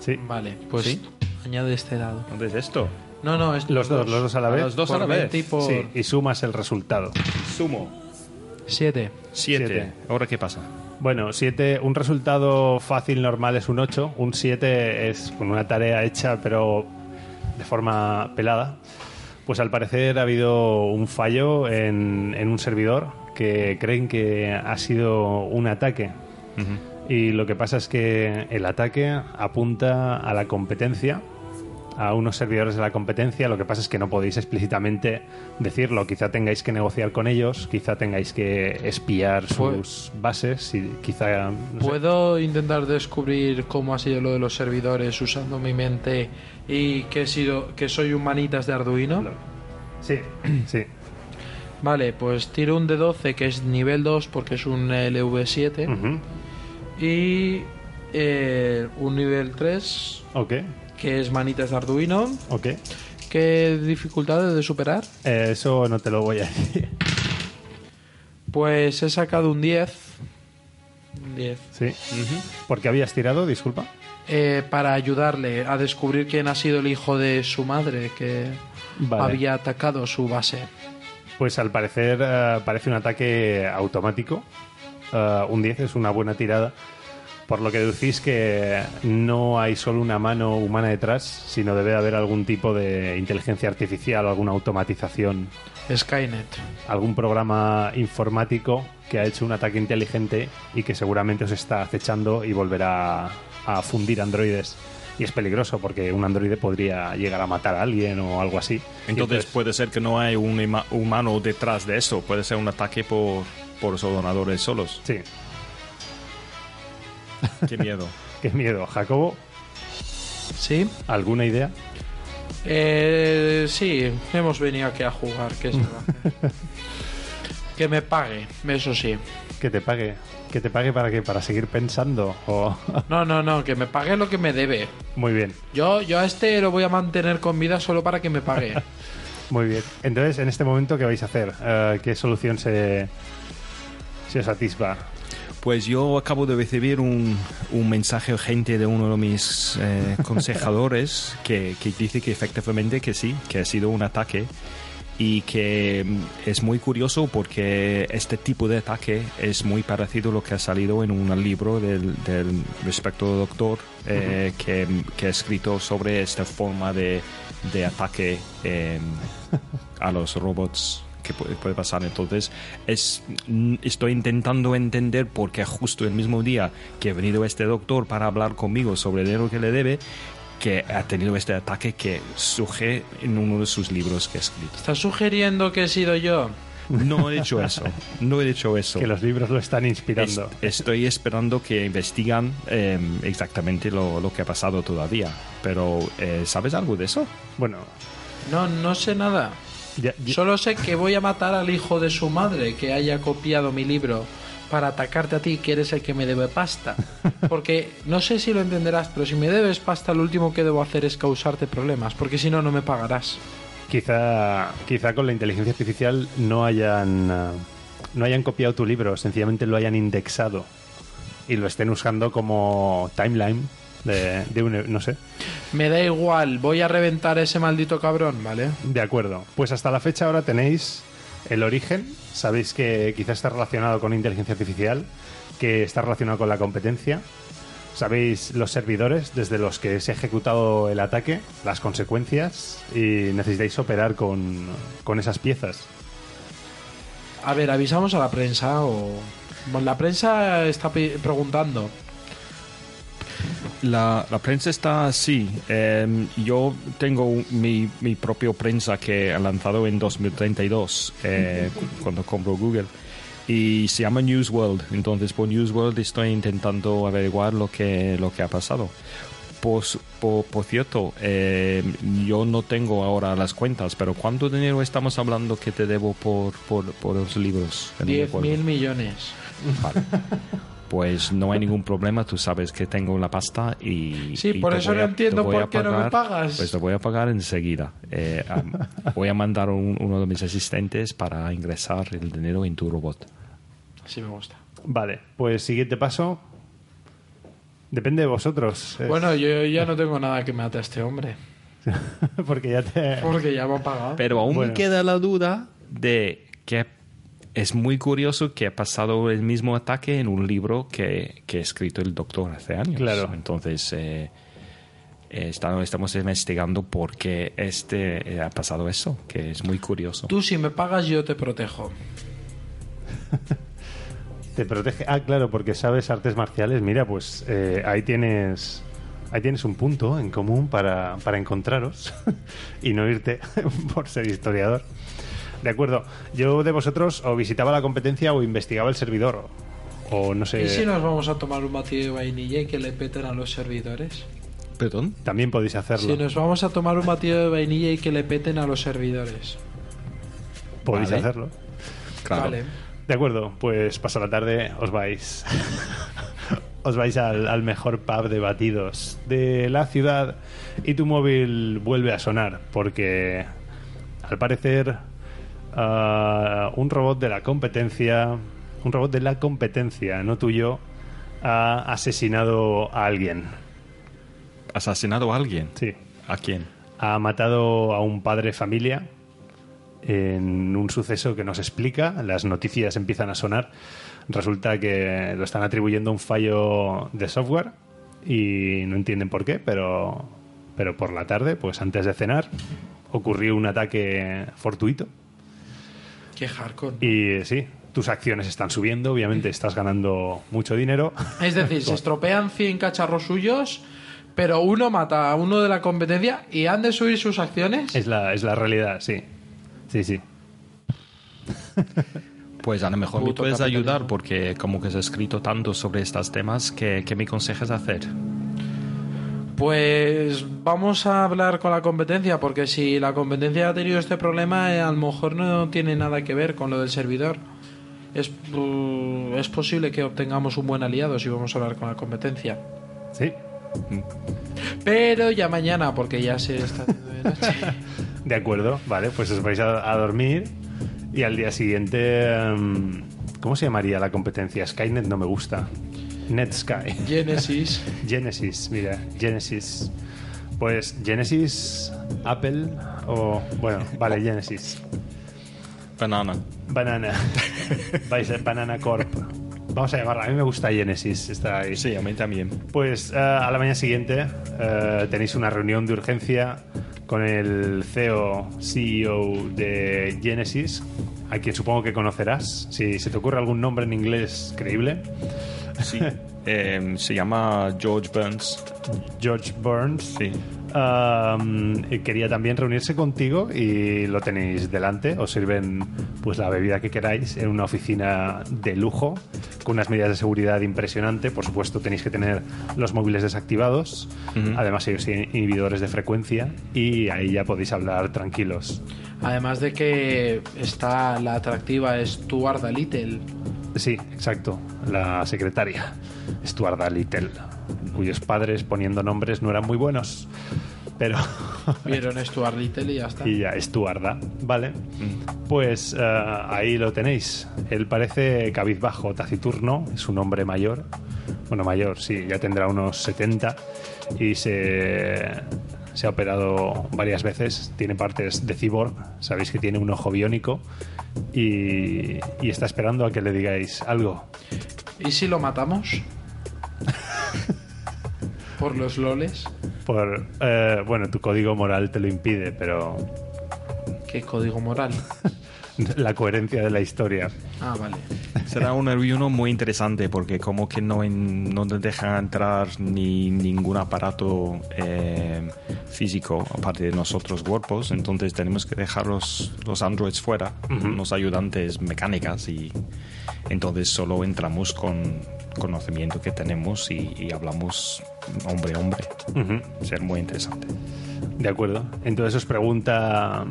[SPEAKER 1] sí.
[SPEAKER 3] Vale, pues
[SPEAKER 2] ¿Sí?
[SPEAKER 3] añade este dado.
[SPEAKER 2] ¿Dónde es esto?
[SPEAKER 3] No, no, es
[SPEAKER 1] Los dos, los dos a la vez.
[SPEAKER 2] los dos
[SPEAKER 3] por
[SPEAKER 2] a la vez.
[SPEAKER 3] 20 y por
[SPEAKER 1] Sí, y sumas el resultado.
[SPEAKER 2] Sumo.
[SPEAKER 3] 7.
[SPEAKER 2] 7.
[SPEAKER 1] Siete.
[SPEAKER 2] ¿Ahora qué pasa?
[SPEAKER 1] Bueno, 7, un resultado fácil normal es un 8, un 7 es con una tarea hecha pero de forma pelada. Pues al parecer ha habido un fallo en, en un servidor que creen que ha sido un ataque. Y lo que pasa es que el ataque apunta a la competencia, a unos servidores de la competencia. Lo que pasa es que no podéis explícitamente decirlo. Quizá tengáis que negociar con ellos, quizá tengáis que espiar
[SPEAKER 3] Pues-
[SPEAKER 1] sus bases y quizá... no sé.
[SPEAKER 3] ¿Puedo intentar descubrir cómo ha sido lo de los servidores usando mi mente y que, he sido, que soy humanitas de Arduino?
[SPEAKER 1] Sí, sí.
[SPEAKER 3] Vale, pues tiro un de 12 que es nivel 2 porque es un LV7
[SPEAKER 1] Ujú.
[SPEAKER 3] y eh, un nivel 3
[SPEAKER 1] Ok,
[SPEAKER 3] que es manitas de Arduino.
[SPEAKER 1] ok.
[SPEAKER 3] ¿Qué dificultades de superar?
[SPEAKER 1] Eh, eso no te lo voy a decir.
[SPEAKER 3] Pues he sacado un 10. Un 10.
[SPEAKER 1] Sí. ¿Por qué habías tirado? Disculpa.
[SPEAKER 3] Eh, para ayudarle a descubrir quién ha sido el hijo de su madre que
[SPEAKER 1] Vale.
[SPEAKER 3] había atacado su base.
[SPEAKER 1] Pues al parecer eh, parece un ataque automático. Eh, un 10 es una buena tirada. Por lo que deducís que no hay solo una mano humana detrás, sino debe haber algún tipo de inteligencia artificial, alguna automatización,
[SPEAKER 3] Skynet.
[SPEAKER 1] algún programa informático que ha hecho un ataque inteligente y que seguramente os está acechando y volverá a fundir androides. Y es peligroso porque un androide podría llegar a matar a alguien o algo así. Y
[SPEAKER 2] Entonces puede ser que no hay un ima- humano detrás de eso. Puede ser un ataque por, por donadores solos.
[SPEAKER 1] Sí,
[SPEAKER 2] Qué miedo.
[SPEAKER 1] qué miedo. Jacobo,
[SPEAKER 3] ¿Sí?
[SPEAKER 1] ¿Alguna idea?
[SPEAKER 3] Eh, sí, hemos venido aquí a jugar, que es verdad. que me pague, eso sí.
[SPEAKER 1] Que te pague. ¿Que te pague para qué? ¿Para seguir pensando? O...
[SPEAKER 3] No, no, no, que me pague lo que me debe.
[SPEAKER 1] muy bien,
[SPEAKER 3] Yo, yo a este lo voy a mantener con vida solo para que me pague.
[SPEAKER 1] muy bien. Entonces, en este momento, ¿qué vais a hacer? Eh, ¿Qué solución se, se os atisba?
[SPEAKER 2] Pues yo acabo de recibir un, un mensaje urgente de uno de mis eh, aconsejadores que, que dice que efectivamente que sí, que ha sido un ataque y que mm, es muy curioso porque este tipo de ataque es muy parecido a lo que ha salido en un libro del, del respecto doctor eh, que, que ha escrito sobre esta forma de, de ataque eh, a los robots que puede, puede pasar. Entonces, es, mm, estoy intentando entender por qué justo el mismo día que ha venido este doctor para hablar conmigo sobre el dinero que le debe, que ha tenido este ataque que surge en uno de sus libros que ha escrito.
[SPEAKER 3] ¿Estás sugiriendo que he sido yo?
[SPEAKER 2] No he dicho eso, no he dicho eso.
[SPEAKER 1] Que los libros lo están inspirando.
[SPEAKER 2] Est- estoy esperando que investigan eh, exactamente lo, lo que ha pasado todavía. Pero, eh, ¿sabes algo de eso?
[SPEAKER 1] Bueno,
[SPEAKER 3] No, no sé nada.
[SPEAKER 1] ya- ya-
[SPEAKER 3] Solo sé que voy a matar al hijo de su madre que haya copiado mi libro para atacarte a ti, que eres el que me debe pasta. Porque no sé si lo entenderás, pero si me debes pasta, lo último que debo hacer es causarte problemas, porque si no, no me pagarás.
[SPEAKER 1] Quizá, quizá con la inteligencia artificial no hayan, eh, no hayan copiado tu libro, sencillamente lo hayan indexado y lo estén usando como timeline de, de un, e-, no sé.
[SPEAKER 3] Me da igual, voy a reventar a ese maldito cabrón, ¿vale?
[SPEAKER 1] De acuerdo. Pues hasta la fecha ahora tenéis el origen. Sabéis que quizá está relacionado con inteligencia artificial, que está relacionado con la competencia. Sabéis los servidores desde los que se ha ejecutado el ataque, las consecuencias y necesitáis operar con, con esas piezas.
[SPEAKER 3] A ver, avisamos a la prensa o... Bueno, la prensa está pi- preguntando.
[SPEAKER 2] La, la prensa está así. Em, yo tengo un- mi, mi propio prensa que he lanzado en 2032 eh, cu- cuando compro Google. Y se llama Newsworld. Entonces por Newsworld estoy intentando averiguar lo que, lo que ha pasado. Pos- po- por, cierto, em, yo no tengo ahora las cuentas, pero ¿cuánto dinero estamos hablando que te debo por, por, por los libros? Que no me
[SPEAKER 3] 10.000
[SPEAKER 2] acuerdo.
[SPEAKER 3] millones.
[SPEAKER 2] Vale. Pues no hay ningún problema, tú sabes que tengo la pasta y...
[SPEAKER 3] Sí,
[SPEAKER 2] y
[SPEAKER 3] por
[SPEAKER 2] te
[SPEAKER 3] eso
[SPEAKER 2] voy
[SPEAKER 3] no
[SPEAKER 2] a- te
[SPEAKER 3] entiendo
[SPEAKER 2] voy
[SPEAKER 3] por
[SPEAKER 2] a
[SPEAKER 3] qué no me pagas.
[SPEAKER 2] Pues te voy a pagar enseguida. Eh, am- voy a mandar un- uno de mis asistentes para ingresar el dinero en tu robot.
[SPEAKER 3] Así me gusta.
[SPEAKER 1] Vale, pues siguiente paso. Depende de vosotros. eh. Es-
[SPEAKER 3] Bueno, yo ya no tengo nada que me ate a este hombre.
[SPEAKER 1] porque ya te...
[SPEAKER 3] Porque ya me han pagado.
[SPEAKER 2] Pero aún
[SPEAKER 1] Bueno.
[SPEAKER 2] me queda la duda de que es muy curioso que ha pasado el mismo ataque en un libro que, que ha escrito el doctor hace años.
[SPEAKER 1] Claro.
[SPEAKER 2] Entonces, eh, eh, está- estamos investigando por qué este, eh, ha pasado eso, que es muy curioso.
[SPEAKER 3] Tú si me pagas yo te protejo.
[SPEAKER 1] Te protege. Ah, claro, porque sabes artes marciales. Mira, pues eh, ahí tienes. Ahí tienes un punto en común para, para encontraros y no irte por ser historiador. De acuerdo, yo de vosotros o visitaba la competencia o investigaba el servidor. O no sé.
[SPEAKER 3] ¿Y si nos vamos a tomar un batido de vainilla y que le peten a los servidores?
[SPEAKER 2] ¿Perdón?
[SPEAKER 1] También podéis hacerlo.
[SPEAKER 3] Si nos vamos a tomar un batido de vainilla y que le peten a los servidores.
[SPEAKER 1] Podéis
[SPEAKER 2] Vale.
[SPEAKER 1] hacerlo.
[SPEAKER 2] Claro.
[SPEAKER 3] Vale.
[SPEAKER 1] De acuerdo, pues pasa la tarde, os vais. os vais al, al mejor pub de batidos de la ciudad y tu móvil vuelve a sonar porque al parecer ah, un robot de la competencia, un robot de la competencia, no tuyo, ha asesinado a alguien.
[SPEAKER 2] ¿Asesinado a alguien?
[SPEAKER 1] Sí.
[SPEAKER 2] ¿A quién?
[SPEAKER 1] ha matado a un padre familia en un suceso que nos explica, las noticias empiezan a sonar, resulta que lo están atribuyendo a un fallo de software y no entienden por qué, pero, pero por la tarde, pues antes de cenar, ocurrió un ataque fortuito
[SPEAKER 3] Qué hardcore.
[SPEAKER 1] y eh, sí, tus acciones están subiendo, obviamente estás ganando mucho dinero.
[SPEAKER 3] Es decir, se estropean 100 cacharros suyos, pero uno mata a uno de la competencia y han de subir sus acciones.
[SPEAKER 1] Es la, es la realidad, sí. Sí, sí.
[SPEAKER 2] Pues a lo mejor me
[SPEAKER 3] Puto
[SPEAKER 2] puedes
[SPEAKER 3] capitalismo.
[SPEAKER 2] ayudar porque como que se ha escrito tanto sobre estos temas, que qué me aconsejas hacer?
[SPEAKER 3] Pues vamos a hablar con la competencia, porque si la competencia ha tenido este problema, eh, a lo mejor no tiene nada que ver con lo del servidor. Es, uh, es posible que obtengamos un buen aliado si vamos a hablar con la competencia.
[SPEAKER 1] Sí.
[SPEAKER 3] Pero ya mañana, porque ya se está haciendo de noche.
[SPEAKER 1] De acuerdo, vale, pues os vais a, a dormir y al día siguiente. em, ¿Cómo se llamaría la competencia? Skynet no me gusta. NetSky.
[SPEAKER 3] Genesis.
[SPEAKER 1] Genesis, mira, Genesis. Pues Genesis, Apple o. Bueno, vale, Genesis.
[SPEAKER 2] Banana.
[SPEAKER 1] Banana. Vais a Banana Corp. Vamos a llamarla. A mí me gusta Genesis. Está ahí.
[SPEAKER 2] Sí, a mí también.
[SPEAKER 1] Pues eh, a la mañana siguiente eh, tenéis una reunión de urgencia con el E CEO, CEO de Genesis, a quien supongo que conocerás. Si se te ocurre algún nombre en inglés creíble,
[SPEAKER 2] Sí. Em, se llama George Burns.
[SPEAKER 1] George Burns.
[SPEAKER 2] Sí.
[SPEAKER 1] Um, y quería también reunirse contigo y lo tenéis delante. Os sirven pues la bebida que queráis en una oficina de lujo con unas medidas de seguridad impresionante. Por supuesto tenéis que tener los móviles desactivados. Además ellos tienen inhibidores de frecuencia y ahí ya podéis hablar tranquilos.
[SPEAKER 3] Además de que está la atractiva Stuart Little.
[SPEAKER 1] Sí, exacto. La secretaria, Stuart Little, cuyos padres poniendo nombres no eran muy buenos. Pero.
[SPEAKER 3] Vieron Stuart Little y ya está.
[SPEAKER 1] y ya, Estuarda, ¿vale? Pues eh, ahí lo tenéis. Él parece cabizbajo, taciturno, es un hombre mayor. Bueno, mayor, sí, ya tendrá unos 70. Y se, se ha operado varias veces. Tiene partes de cyborg, sabéis que tiene un ojo biónico. Y, y está esperando a que le digáis algo.
[SPEAKER 3] ¿Y si lo matamos? Por los loles.
[SPEAKER 1] Por, eh, bueno, tu código moral te lo impide, pero
[SPEAKER 3] ¿Qué código moral?
[SPEAKER 1] la coherencia de la historia.
[SPEAKER 3] Ah, vale.
[SPEAKER 2] Será un ayuno muy interesante porque como que no, en- no te deja entrar ni ningún aparato eh, físico aparte de nosotros cuerpos, entonces tenemos que dejar los, los androids fuera, los ayudantes mecánicas y entonces solo entramos con conocimiento que tenemos y, y hablamos hombre a hombre.
[SPEAKER 1] Ujú.
[SPEAKER 2] Ser muy interesante.
[SPEAKER 1] De acuerdo. Entonces os pregunta.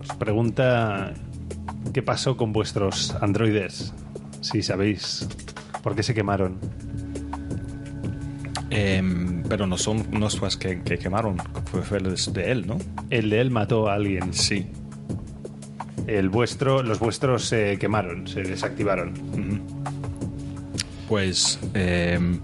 [SPEAKER 1] Os pregunta. ¿Qué pasó con vuestros androides? Si sabéis. ¿Por qué se quemaron?
[SPEAKER 2] Em, pero no son nuestras que, que quemaron, fue, fue los de él, ¿no?
[SPEAKER 1] El de él mató a alguien.
[SPEAKER 2] Sí.
[SPEAKER 1] El vuestro, los vuestros se quemaron, se desactivaron.
[SPEAKER 2] Pues em,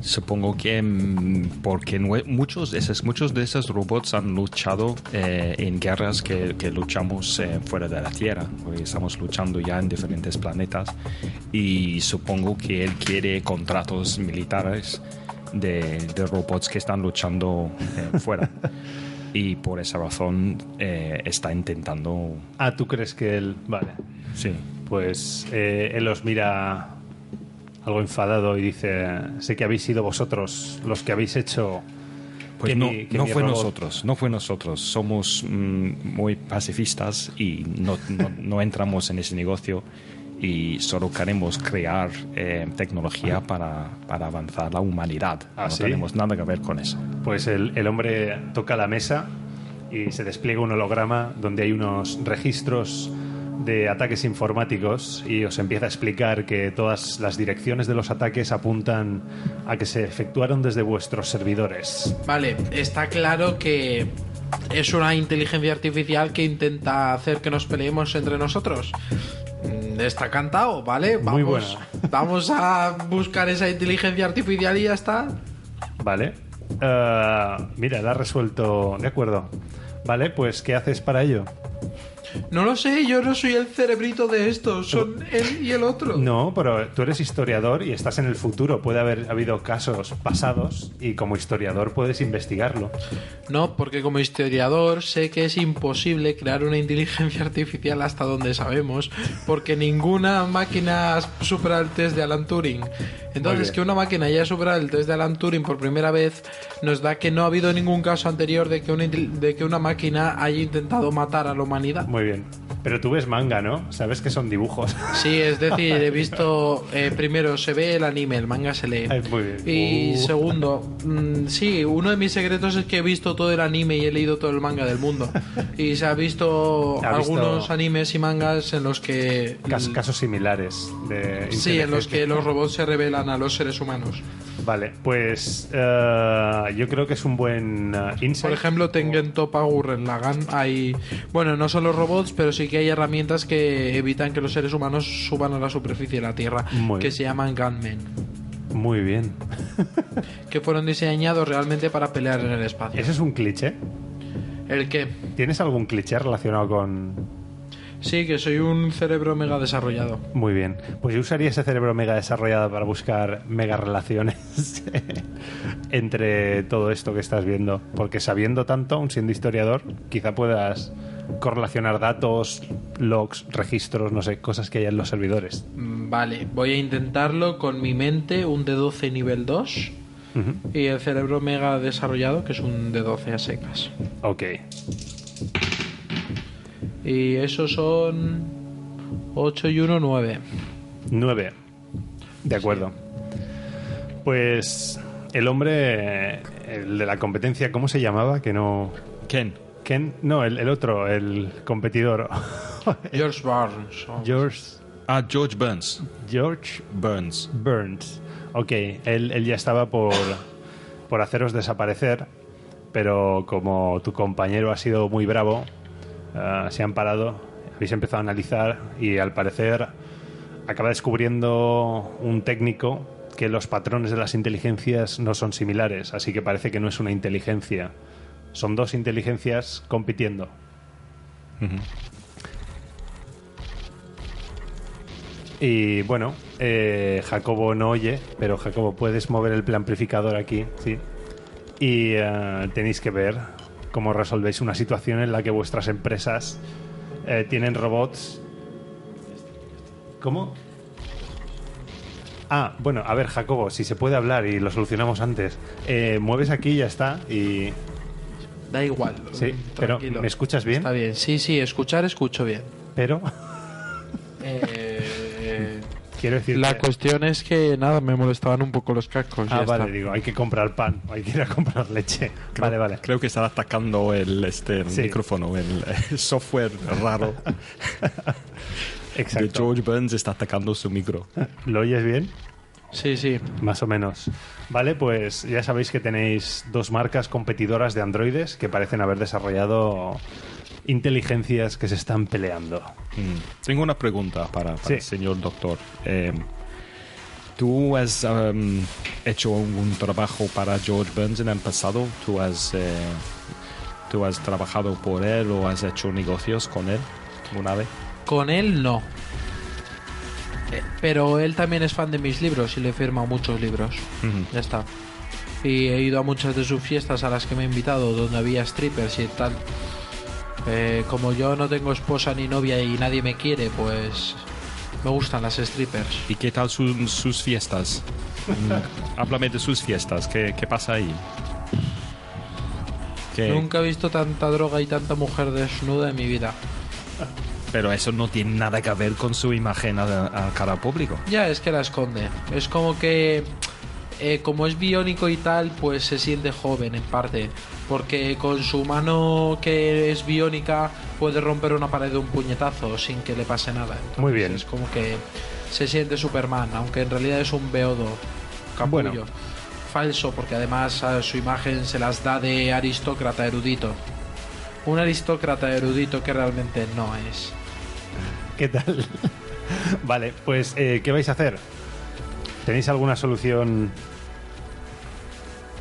[SPEAKER 2] supongo que em, porque nue- muchos de esos, muchos de esos robots han luchado eh, en guerras que, que luchamos eh, fuera de la Tierra. porque Estamos luchando ya en diferentes planetas y supongo que él quiere contratos militares de, de robots que están luchando eh, fuera. Y por esa razón eh, está intentando...
[SPEAKER 1] Ah, ¿tú crees que él.? Vale.
[SPEAKER 2] Sí.
[SPEAKER 1] Pues eh, él os mira algo enfadado y dice: Sé que habéis sido vosotros los que habéis hecho.
[SPEAKER 2] Pues
[SPEAKER 1] que
[SPEAKER 2] no,
[SPEAKER 1] mi- que
[SPEAKER 2] no
[SPEAKER 1] mi
[SPEAKER 2] fue
[SPEAKER 1] robot-
[SPEAKER 2] nosotros, no fue nosotros. Somos mm, muy pacifistas y no, no- no entramos en ese negocio y solo queremos crear eh, tecnología para, para avanzar la humanidad.
[SPEAKER 1] Ah,
[SPEAKER 2] no
[SPEAKER 1] ¿sí?
[SPEAKER 2] tenemos nada que ver con eso.
[SPEAKER 1] Pues el, el hombre toca la mesa y se despliega un holograma donde hay unos registros de ataques informáticos y os empieza a explicar que todas las direcciones de los ataques apuntan a que se efectuaron desde vuestros servidores.
[SPEAKER 3] Vale, está claro que es una inteligencia artificial que intenta hacer que nos peleemos entre nosotros. Mm, Está cantado, ¿vale? Vamos,
[SPEAKER 1] Muy
[SPEAKER 3] vamos a buscar esa inteligencia artificial y ya está.
[SPEAKER 1] Vale. Eh, mira, la ha resuelto. De acuerdo. Vale, pues ¿qué haces para ello?
[SPEAKER 3] No lo sé, yo no soy el cerebrito de esto, son él y el otro.
[SPEAKER 1] No, pero tú eres historiador y estás en el futuro. Puede haber habido casos pasados y como historiador puedes investigarlo.
[SPEAKER 3] No, porque como historiador sé que es imposible crear una inteligencia artificial hasta donde sabemos, porque ninguna máquina supera el test de Alan Turing.
[SPEAKER 1] Muy
[SPEAKER 3] Entonces,
[SPEAKER 1] bien.
[SPEAKER 3] que una máquina haya superado el test de Alan Turing por primera vez nos da que no ha habido ningún caso anterior de que una, intel- de que una máquina haya intentado matar a la humanidad.
[SPEAKER 1] Muy bien. Pero tú ves manga, ¿no? Sabes que son dibujos.
[SPEAKER 3] Sí, es decir, he visto, eh, primero, se ve el anime, el manga se lee.
[SPEAKER 1] Ay, muy bien.
[SPEAKER 3] Y
[SPEAKER 1] Uh.
[SPEAKER 3] segundo, mm, sí, uno de mis secretos es que he visto todo el anime y he leído todo el manga del mundo. Y se ha visto
[SPEAKER 1] Ha visto-
[SPEAKER 3] algunos animes y mangas en los que... mm,
[SPEAKER 1] Cas- casos similares de
[SPEAKER 3] Sí, en los que
[SPEAKER 1] inteligencia.
[SPEAKER 3] los robots se revelan a los seres humanos.
[SPEAKER 1] Vale, pues eh, yo creo que es un buen eh, insight.
[SPEAKER 3] Por ejemplo, Tengen Toppa Gurren Lagann hay... Bueno, no son los robots, pero sí que hay herramientas que evitan que los seres humanos suban a la superficie de la Tierra,
[SPEAKER 1] Muy
[SPEAKER 3] que
[SPEAKER 1] bien.
[SPEAKER 3] se llaman Gunmen,
[SPEAKER 1] Muy bien.
[SPEAKER 3] que fueron diseñados realmente para pelear en el espacio.
[SPEAKER 1] ¿Ese es un cliché?
[SPEAKER 3] El que...
[SPEAKER 1] ¿Tienes algún cliché relacionado con...?
[SPEAKER 3] Sí, que soy un cerebro mega desarrollado.
[SPEAKER 1] Muy bien. Pues yo usaría ese cerebro mega desarrollado para buscar mega relaciones entre todo esto que estás viendo. Porque sabiendo tanto, aun siendo historiador, quizá puedas correlacionar datos, logs, registros, no sé, cosas que hay en los servidores.
[SPEAKER 3] Mm, Vale, voy a intentarlo con mi mente, un D12 nivel 2
[SPEAKER 1] Ujú.
[SPEAKER 3] y el cerebro mega desarrollado, que es un D12 a secas.
[SPEAKER 1] Ok.
[SPEAKER 3] Y esos son 8 y 1, 9.
[SPEAKER 1] 9. De acuerdo. Pues el hombre, eh, el de la competencia, ¿cómo se llamaba? Que no...
[SPEAKER 2] Ken,
[SPEAKER 1] Ken, no, el, el otro, el competidor.
[SPEAKER 3] George Barnes. oh.
[SPEAKER 1] George,
[SPEAKER 2] ah, George Burns.
[SPEAKER 1] George
[SPEAKER 2] Burns.
[SPEAKER 1] Burns. Ok, él, él ya estaba por, por haceros desaparecer pero como tu compañero ha sido muy bravo, eh, se han parado, habéis empezado a analizar y al parecer acaba descubriendo un técnico que los patrones de las inteligencias no son similares, así que parece que no es una inteligencia. Son dos inteligencias compitiendo. Y bueno, eh, Jacobo no oye, pero Jacobo, puedes mover el amplificador aquí, sí. Y eh, tenéis que ver cómo resolvéis una situación en la que vuestras empresas eh, tienen robots. ¿Cómo? Ah, bueno, a ver, Jacobo, si se puede hablar y lo solucionamos antes. Eh, mueves aquí y ya está. Y.
[SPEAKER 3] Da igual.
[SPEAKER 1] Sí, pero
[SPEAKER 3] tranquilo.
[SPEAKER 1] ¿me escuchas bien?
[SPEAKER 3] Está bien, sí, sí, escuchar, escucho bien.
[SPEAKER 1] Pero
[SPEAKER 3] Eh,
[SPEAKER 1] quiero decir.
[SPEAKER 3] la
[SPEAKER 1] que-
[SPEAKER 3] cuestión es que nada, me molestaban un poco los cascos.
[SPEAKER 1] Ah,
[SPEAKER 3] ya
[SPEAKER 1] vale,
[SPEAKER 3] está.
[SPEAKER 1] digo, hay que comprar pan, hay que ir a comprar leche. vale, vale.
[SPEAKER 2] Creo que está atacando el, este, el
[SPEAKER 1] Sí.
[SPEAKER 2] micrófono, el, eh, software raro de
[SPEAKER 1] Exacto.
[SPEAKER 2] George Burns está atacando su micro.
[SPEAKER 1] ¿Lo oyes bien?
[SPEAKER 3] Sí, sí.
[SPEAKER 1] Más o menos. Vale, pues ya sabéis que tenéis dos marcas competidoras de androides que parecen haber desarrollado inteligencias que se están peleando.
[SPEAKER 2] Mm. Tengo una pregunta para, para
[SPEAKER 1] Sí.
[SPEAKER 2] el señor doctor. Eh, ¿Tú has um, hecho un trabajo para George Burns en el pasado? ¿Tú has, eh, ¿Tú has trabajado por él o has hecho negocios con él una vez?
[SPEAKER 3] Con él no. Eh, Pero él también es fan de mis libros y le firma muchos libros.
[SPEAKER 2] Ujú.
[SPEAKER 3] Ya está. Y he ido a muchas de sus fiestas a las que me ha invitado, donde había strippers y tal. Eh, como yo no tengo esposa ni novia y nadie me quiere, pues me gustan las strippers.
[SPEAKER 2] ¿Y qué tal su- sus fiestas? Mm, Háblame de sus fiestas. ¿Qué, qué pasa ahí? ¿Qué-
[SPEAKER 3] Nunca he visto tanta droga y tanta mujer desnuda en mi vida.
[SPEAKER 2] Pero eso no tiene nada que ver con su imagen a- a cara al público.
[SPEAKER 3] Ya, es que la esconde. Es como que, eh, como es biónico y tal, pues se siente joven en parte. Porque con su mano que es biónica puede romper una pared de un puñetazo sin que le pase nada. Entonces,
[SPEAKER 1] Muy bien.
[SPEAKER 3] Es como que se siente Superman, aunque en realidad es un beodo. Capullo.
[SPEAKER 1] Bueno.
[SPEAKER 3] Falso, porque además a su imagen se las da de aristócrata erudito. Un aristócrata erudito que realmente no es.
[SPEAKER 1] ¿Qué tal? vale, pues eh, ¿qué vais a hacer? ¿Tenéis alguna solución?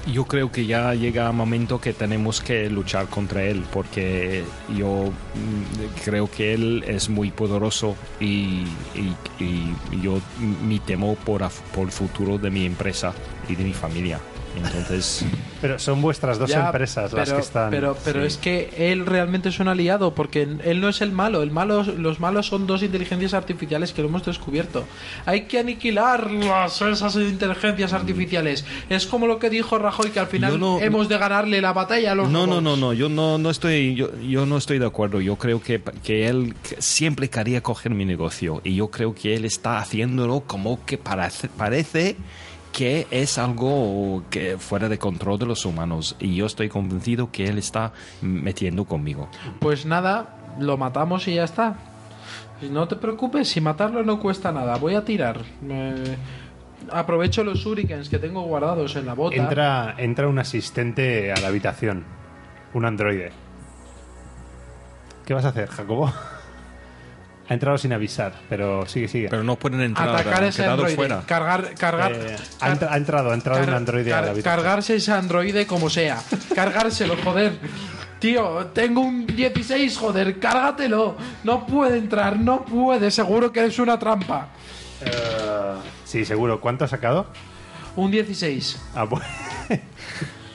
[SPEAKER 2] Yo creo que ya llega un momento que tenemos que luchar contra él, porque yo mm, creo que él es muy poderoso y, y- y yo me temo por, af- por el futuro de mi empresa y de mi familia. Entonces,
[SPEAKER 1] Pero son vuestras dos
[SPEAKER 3] Ya,
[SPEAKER 1] empresas las
[SPEAKER 3] pero-
[SPEAKER 1] que están.
[SPEAKER 3] Pero, pero
[SPEAKER 2] sí.
[SPEAKER 3] es que él realmente es un aliado, porque él no es el malo. El malo, los malos son dos inteligencias artificiales que lo hemos descubierto. Hay que aniquilarlas, esas inteligencias artificiales. Es como lo que dijo Rajoy, que al final
[SPEAKER 2] no-
[SPEAKER 3] hemos de ganarle la batalla a los
[SPEAKER 2] no, no,
[SPEAKER 3] robots.
[SPEAKER 2] no, no, yo no, no estoy, yo, yo no estoy de acuerdo. Yo creo que, que él siempre quería coger mi negocio y yo creo que él está haciéndolo como que parece, parece que es algo que fuera de control de los humanos y yo estoy convencido que él está metiendo conmigo.
[SPEAKER 3] Pues nada, lo matamos y ya está. No te preocupes, si matarlo no cuesta nada. Voy a tirar. Eh, aprovecho los shurikens que tengo guardados en la bota.
[SPEAKER 1] Entra, entra un asistente a la habitación, un androide. ¿Qué vas a hacer, Jacobo? Ha entrado sin avisar, pero sigue, sigue.
[SPEAKER 2] Pero no pueden entrar,
[SPEAKER 3] Atacar
[SPEAKER 2] han
[SPEAKER 3] ese
[SPEAKER 2] quedado
[SPEAKER 3] androide,
[SPEAKER 2] fuera.
[SPEAKER 3] cargar, cargar,
[SPEAKER 1] Eh, ha,
[SPEAKER 3] car-
[SPEAKER 1] entra- ha entrado, ha entrado un
[SPEAKER 3] car-
[SPEAKER 1] androide a
[SPEAKER 3] car-
[SPEAKER 1] la habitación.
[SPEAKER 3] Cargarse ese androide como sea. Cargárselo, joder. Tío, tengo un 16, joder, cárgatelo. No puede entrar, no puede, seguro que es una trampa.
[SPEAKER 1] Eh, sí, seguro. ¿Cuánto ha sacado?
[SPEAKER 3] Un 16.
[SPEAKER 1] Ah, bu-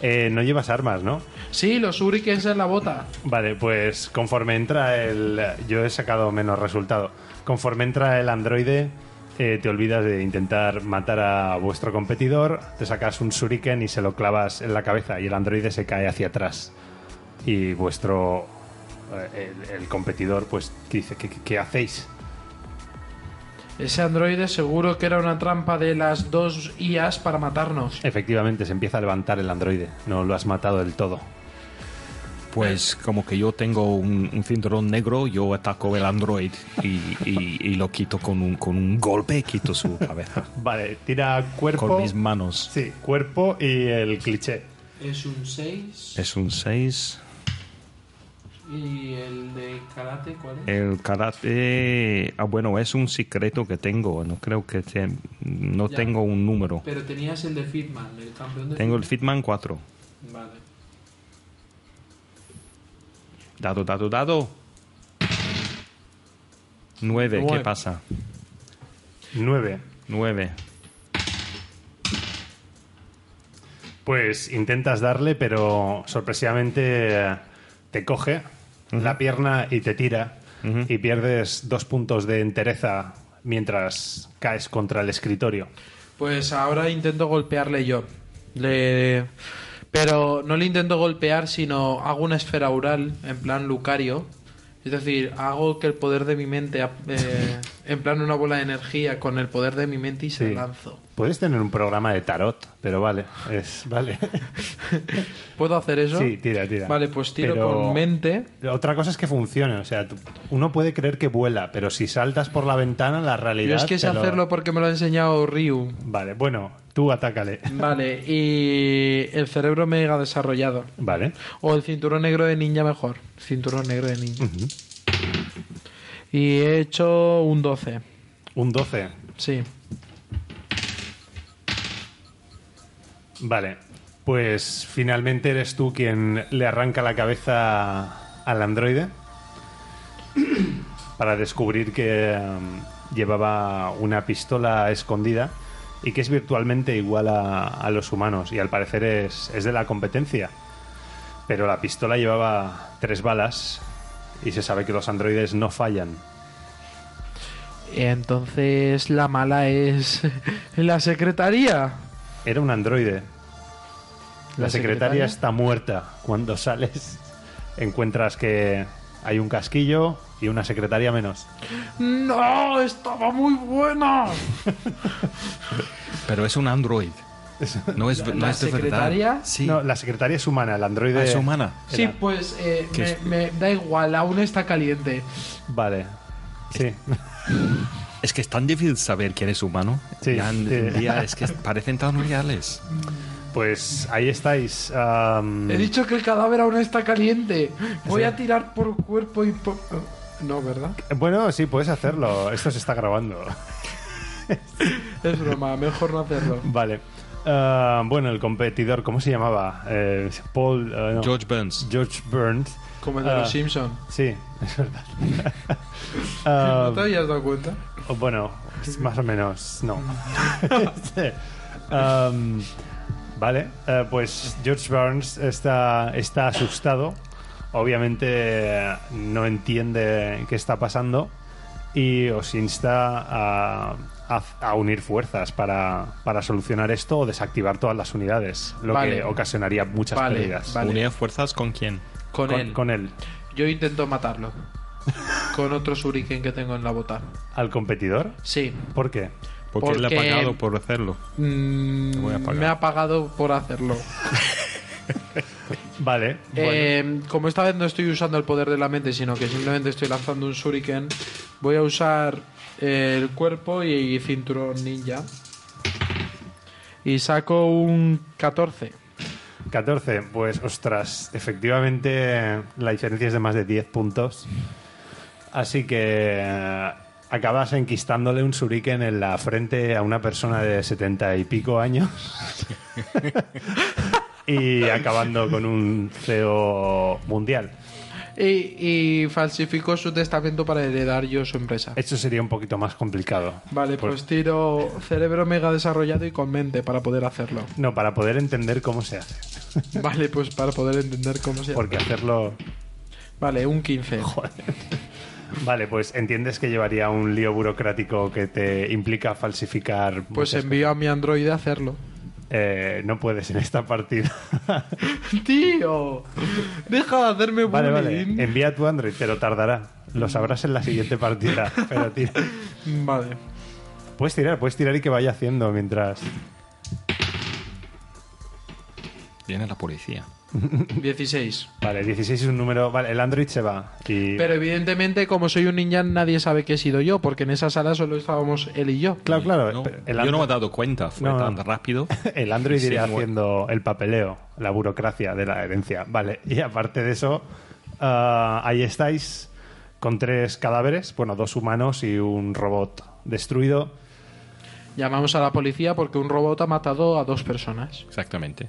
[SPEAKER 1] Eh, no llevas armas, ¿no?
[SPEAKER 3] Sí, los shurikens en la bota.
[SPEAKER 1] Vale, pues conforme entra el... Yo he sacado menos resultado. Conforme entra el androide, eh, te olvidas de intentar matar a vuestro competidor, te sacas un shuriken y se lo clavas en la cabeza y el androide se cae hacia atrás. Y vuestro... eh, el, el competidor pues dice, "¿Qué- qué- ¿qué hacéis?
[SPEAKER 3] Ese androide seguro que era una trampa de las dos IAs para matarnos.
[SPEAKER 1] Efectivamente, se empieza a levantar el androide. No lo has matado del todo.
[SPEAKER 2] Pues como que yo tengo un, un cinturón negro, yo ataco el android y, y- y lo quito con un, con un golpe, quito su cabeza
[SPEAKER 1] Vale, tira cuerpo.
[SPEAKER 2] con mis manos.
[SPEAKER 1] Sí, cuerpo y el cliché.
[SPEAKER 3] Es un 6.
[SPEAKER 2] Es un 6.
[SPEAKER 3] ¿Y el de karate cuál es?
[SPEAKER 2] El karate. Ah, bueno, es un secreto que tengo. No creo que. te- no
[SPEAKER 3] Ya.
[SPEAKER 2] tengo un número.
[SPEAKER 3] Pero tenías el de Fitman, el campeón de
[SPEAKER 2] Tengo el Fitman 4.
[SPEAKER 3] Fitman. Vale.
[SPEAKER 2] Dado, dado, dado. 9. ¿Qué
[SPEAKER 3] Nueve.
[SPEAKER 2] pasa?
[SPEAKER 1] 9.
[SPEAKER 2] 9.
[SPEAKER 1] Pues intentas darle, pero sorpresivamente eh, te coge la pierna y te tira. Y pierdes dos puntos de entereza mientras caes contra el escritorio.
[SPEAKER 3] Pues ahora intento golpearle yo. Le... Pero no le intento golpear, sino hago una esfera oral, en plan Lucario. Es decir, hago que el poder de mi mente, ap- eh, en plan una bola de energía con el poder de mi mente y se
[SPEAKER 1] Sí.
[SPEAKER 3] lanzo.
[SPEAKER 1] Puedes tener un programa de tarot, pero vale. Es, vale.
[SPEAKER 3] ¿Puedo hacer eso?
[SPEAKER 1] Sí, tira, tira.
[SPEAKER 3] Vale, pues tiro
[SPEAKER 1] Pero-
[SPEAKER 3] con mente.
[SPEAKER 1] Otra cosa es que funcione. O sea, tú- uno puede creer que vuela, pero si saltas por la ventana, la realidad.
[SPEAKER 3] Yo es que
[SPEAKER 1] te
[SPEAKER 3] sé
[SPEAKER 1] lo-
[SPEAKER 3] hacerlo porque me lo ha enseñado Ryu.
[SPEAKER 1] Vale, bueno, tú atácale.
[SPEAKER 3] Vale, y el cerebro mega desarrollado.
[SPEAKER 1] Vale.
[SPEAKER 3] O el cinturón negro de ninja mejor. Cinturón negro de
[SPEAKER 1] Mm.
[SPEAKER 3] ninja. Y he hecho un 12.
[SPEAKER 1] Un 12.
[SPEAKER 3] Sí.
[SPEAKER 1] Vale, pues finalmente eres tú quien le arranca la cabeza al androide para descubrir que mm, llevaba una pistola escondida y que es virtualmente igual a, a los humanos y al parecer es, es de la competencia. Pero la pistola llevaba tres balas y se sabe que los androides no fallan.
[SPEAKER 3] Entonces la mala es la secretaría.
[SPEAKER 1] Era un androide. La, secretaria
[SPEAKER 3] ¿La secretaria?
[SPEAKER 1] está muerta. Cuando sales, encuentras que hay un casquillo y una secretaria menos.
[SPEAKER 3] No, estaba muy buena.
[SPEAKER 2] Pero es un Android. No es, no
[SPEAKER 3] ¿La
[SPEAKER 2] es de verdad.
[SPEAKER 3] secretaria?
[SPEAKER 2] Sí.
[SPEAKER 1] No, la secretaria es humana, el androide.
[SPEAKER 2] Ah, es humana.
[SPEAKER 3] Sí, pues eh,
[SPEAKER 2] ¿Qué
[SPEAKER 3] me,
[SPEAKER 2] es?
[SPEAKER 3] me da igual, aún está caliente.
[SPEAKER 1] Vale. Sí.
[SPEAKER 2] Es que es tan difícil saber quién es humano.
[SPEAKER 1] Sí,
[SPEAKER 2] Ya en-
[SPEAKER 1] sí.
[SPEAKER 2] en día es que parecen tan reales.
[SPEAKER 1] Pues ahí estáis. am,
[SPEAKER 3] He dicho que el cadáver aún está caliente. Voy a tirar por cuerpo y por... No, ¿verdad?
[SPEAKER 1] Bueno, sí, puedes hacerlo. Esto se está grabando.
[SPEAKER 3] Es broma, mejor no hacerlo.
[SPEAKER 1] Vale. Ah, bueno, el competidor, ¿cómo se llamaba? Eh, Paul. eh, no,
[SPEAKER 2] George Burns.
[SPEAKER 1] George Burns.
[SPEAKER 3] Como el de
[SPEAKER 1] Ah,
[SPEAKER 3] los Simpson.
[SPEAKER 1] Sí, es verdad.
[SPEAKER 3] ¿No
[SPEAKER 1] Ah,
[SPEAKER 3] te habías dado cuenta?
[SPEAKER 1] O Oh, Bueno, es más o menos, no. Sí. Um, vale, eh, pues George Burns está, está asustado. Obviamente eh, no entiende qué está pasando y os insta a, a- a unir fuerzas para, para solucionar esto o desactivar todas las unidades, lo
[SPEAKER 3] Vale.
[SPEAKER 1] que ocasionaría muchas
[SPEAKER 3] Vale,
[SPEAKER 1] pérdidas.
[SPEAKER 3] vale.
[SPEAKER 2] ¿Unía fuerzas con quién?
[SPEAKER 3] Con,
[SPEAKER 1] Con,
[SPEAKER 3] él.
[SPEAKER 1] con él,
[SPEAKER 3] Yo intento matarlo. Con otro shuriken que tengo en la bota.
[SPEAKER 1] al competidor.
[SPEAKER 3] Sí.
[SPEAKER 1] ¿Por qué?
[SPEAKER 2] Porque, él le ha
[SPEAKER 3] Porque-
[SPEAKER 2] pagado por hacerlo.
[SPEAKER 3] Mm,
[SPEAKER 2] Te voy a pagar.
[SPEAKER 3] me ha pagado por hacerlo.
[SPEAKER 1] Vale, bueno.
[SPEAKER 3] Eh, como esta vez no estoy usando el poder de la mente, sino que simplemente estoy lanzando un shuriken, voy a usar eh, el cuerpo y cinturón ninja. Y saco un 14.
[SPEAKER 1] 14, pues ostras, efectivamente la diferencia es de más de 10 puntos. Así que eh, acabas enquistándole un shuriken en la frente a una persona de 70 y pico años. y acabando con un CEO mundial.
[SPEAKER 3] Y, y falsifico su testamento para heredar yo su empresa.
[SPEAKER 1] Esto sería un poquito más complicado.
[SPEAKER 3] Vale,
[SPEAKER 1] Por-
[SPEAKER 3] pues tiro cerebro mega desarrollado y con mente para poder hacerlo.
[SPEAKER 1] No, para poder entender cómo se hace.
[SPEAKER 3] Vale, pues para poder entender cómo se hace.
[SPEAKER 1] Porque hacerlo...
[SPEAKER 3] Vale, un 15.
[SPEAKER 1] Vale, pues entiendes que llevaría un lío burocrático que te implica falsificar...
[SPEAKER 3] Pues
[SPEAKER 1] muchas
[SPEAKER 3] envío a mi androide a hacerlo.
[SPEAKER 1] Eh, no puedes en esta partida.
[SPEAKER 3] ¡Tío! Deja de hacerme
[SPEAKER 1] vale, vale.
[SPEAKER 3] bullying.
[SPEAKER 1] Envía a tu Android, pero tardará. Lo sabrás en la siguiente partida. Pero tira.
[SPEAKER 3] Vale.
[SPEAKER 1] Puedes tirar, puedes tirar y que vaya haciendo mientras.
[SPEAKER 2] Viene la policía.
[SPEAKER 3] 16.
[SPEAKER 1] Vale, 16 es un número. Vale, el Android se va. Y...
[SPEAKER 3] Pero evidentemente, como soy un ninja, nadie sabe que he sido yo, porque en esa sala solo estábamos él y yo.
[SPEAKER 1] claro, claro.
[SPEAKER 2] No,
[SPEAKER 1] pero el
[SPEAKER 2] yo no me he
[SPEAKER 1] Android,
[SPEAKER 2] dado cuenta, fue
[SPEAKER 1] No,
[SPEAKER 2] tan
[SPEAKER 1] no.
[SPEAKER 2] rápido.
[SPEAKER 1] el Android
[SPEAKER 2] Sí,
[SPEAKER 1] iría
[SPEAKER 2] bueno.
[SPEAKER 1] haciendo el papeleo, la burocracia de la herencia. Vale, y aparte de eso, ah, ahí estáis con tres cadáveres, bueno, dos humanos y un robot destruido.
[SPEAKER 3] Llamamos a la policía porque un robot ha matado a dos personas.
[SPEAKER 2] Exactamente.